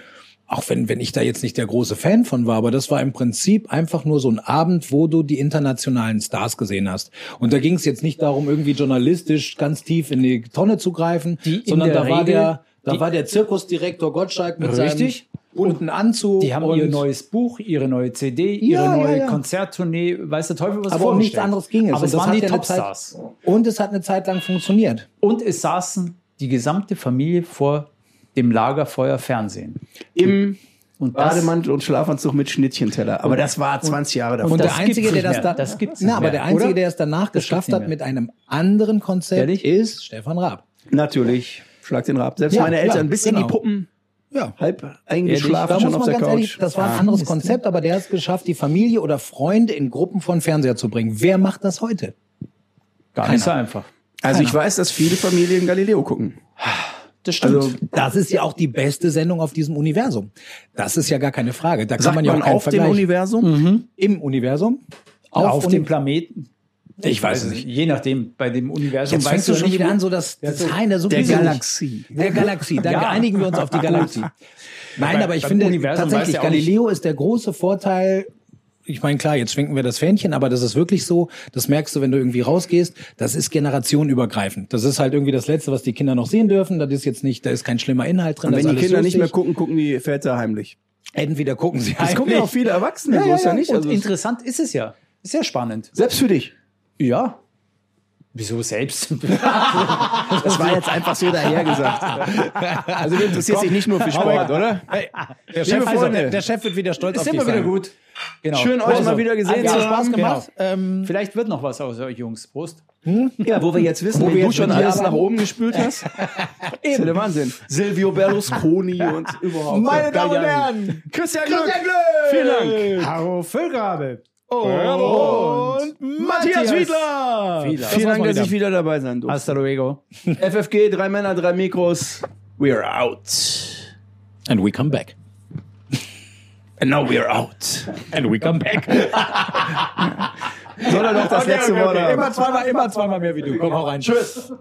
C: auch wenn, wenn ich da jetzt nicht der große Fan von war, aber das war im Prinzip einfach nur so ein Abend, wo du die internationalen Stars gesehen hast. Und da ging es jetzt nicht darum, irgendwie journalistisch ganz tief in die Tonne zu greifen,
D: Die in
C: sondern
D: der
C: da war
D: Regel-
C: der, da
D: die-
C: war der Zirkusdirektor Gottschalk mit
D: Richtig.
C: seinem bunten Anzug.
D: Die haben
C: und-
D: ihr neues Buch, ihre neue CD,
C: Ja,
D: ihre
C: ja,
D: neue
C: ja.
D: Konzerttournee, weiß der Teufel was
C: aber um nichts
D: vorgestellt.
C: anderes ging es.
D: Aber
C: Und
D: es
C: das
D: waren
C: hat
D: die
C: ja eine Zeit-
D: Topstars.
C: Und es hat eine Zeit lang funktioniert.
D: Und es saßen die gesamte Familie vor dem Lagerfeuer Fernsehen.
A: Im
D: Und das,
A: Bademantel und Schlafanzug mit Schnittchenteller. Aber das war 20 Jahre davor.
C: Und der
D: das
C: Einzige,
D: gibt's
C: der
D: nicht
C: das
D: mehr.
C: da,
D: Das gibt's
C: na,
D: nicht
C: aber
D: mehr,
C: der Einzige,
D: oder?
C: der es danach
D: gibt's
C: geschafft
D: nicht
C: hat
D: mehr.
C: mit einem anderen Konzept,
D: Ehrlich?
C: ist Stefan Raab.
A: Natürlich. Schlag den Rab. Selbst
C: Ja,
A: meine Eltern
C: klar,
A: bis in
C: genau.
A: die Puppen.
C: Ja.
A: Halb
D: Ehrlich,
A: eingeschlafen
C: Da
A: schon
C: muss
A: auf
C: man
A: der
C: ganz
A: Couch.
C: ehrlich, das war
D: Ah.
C: ein anderes
D: ne?
C: Konzept, aber der hat es geschafft, die Familie oder Freunde in Gruppen von Fernseher zu bringen. Wer macht das heute?
D: gar nicht so einfach.
A: also ich weiß, dass viele Familien Galileo gucken.
D: Das
A: Also
C: Das ist ja auch die beste Sendung auf diesem Universum. Das ist ja gar keine Frage. Da kann
A: sagt
C: man
A: man,
C: ja auch keinen
A: auf dem
C: Vergleich.
A: Universum.
C: Im Universum?
D: auf
C: Uni-
D: dem Planeten.
C: Ich weiß es
D: Also
C: nicht.
D: je nachdem, bei dem Universum
C: Jetzt fängst du schon wieder an, so das
D: Ja, so
C: Zahlen der
A: Der
C: sowieso nicht.
A: Galaxie.
C: Der Galaxie, da
D: Ja.
C: einigen wir uns auf die Galaxie. Nein,
D: Beim-
C: aber ich
D: beim
C: finde
D: Universum weiß
C: tatsächlich,
D: ja auch nicht-
C: Galileo ist der große Vorteil. Ich meine, klar, jetzt schwenken wir das Fähnchen, aber das ist wirklich so, das merkst du, wenn du irgendwie rausgehst, das ist generationenübergreifend. Das ist halt irgendwie das Letzte, was die Kinder noch sehen dürfen. Das ist jetzt nicht, da ist kein schlimmer Inhalt drin.
A: Und
C: Also, das
A: wenn die
C: ist alles
A: Kinder nicht mehr gucken,
C: lustig.
A: gucken die Väter heimlich.
C: Entweder gucken sie halt.
A: Das gucken
C: heimlich.
A: ja auch viele Erwachsene, so ist ja nicht.
D: Und
A: Also es-
D: interessant ist es ja. Ist ja spannend.
A: selbst für dich.
D: Ja. Wieso selbst?
A: Das war jetzt einfach so dahergesagt. Also du interessierst dich nicht nur für Sport, oder?
C: Der
A: Liebe
C: Chef, also,
A: Freunde.
C: der, der Chef wird wieder stolz
D: ist
C: auf dich
D: immer wieder
C: sein. Also,
D: gut. Genau.
A: Schön, euch mal wieder gesehen
C: Ja,
A: zu
C: hat
A: haben.
C: Spaß gemacht. Ähm,
D: Vielleicht wird noch was aus euch, Jungs. Prost.
A: Hm? Ja, wo wir jetzt wissen,
C: Wo
A: wo
C: wir
A: du
C: jetzt
A: schon
C: mit dir
A: alles nach
C: arbeiten.
A: oben gespült hast. Eben. der Wahnsinn. Silvio Berlusconi und überhaupt.
C: Meine Damen und
A: Galliani.
C: Herren,
A: Christian Glück. Vielen Dank.
B: Haro Füllgrabe.
A: Und Matthias Wiedler.
D: Wiedler.
A: Vielen Dank,
C: Das war's mal
A: dass ich wieder dabei sein durfte.
D: Hasta luego.
A: FFG, drei Männer, drei Mikros. We're out.
C: and we come back.
A: And now we're out.
C: And we come back.
A: Soll er doch das letzte Wort haben?
C: Immer zweimal, immer zweimal mehr wie du. Komm, hau rein. Tschüss.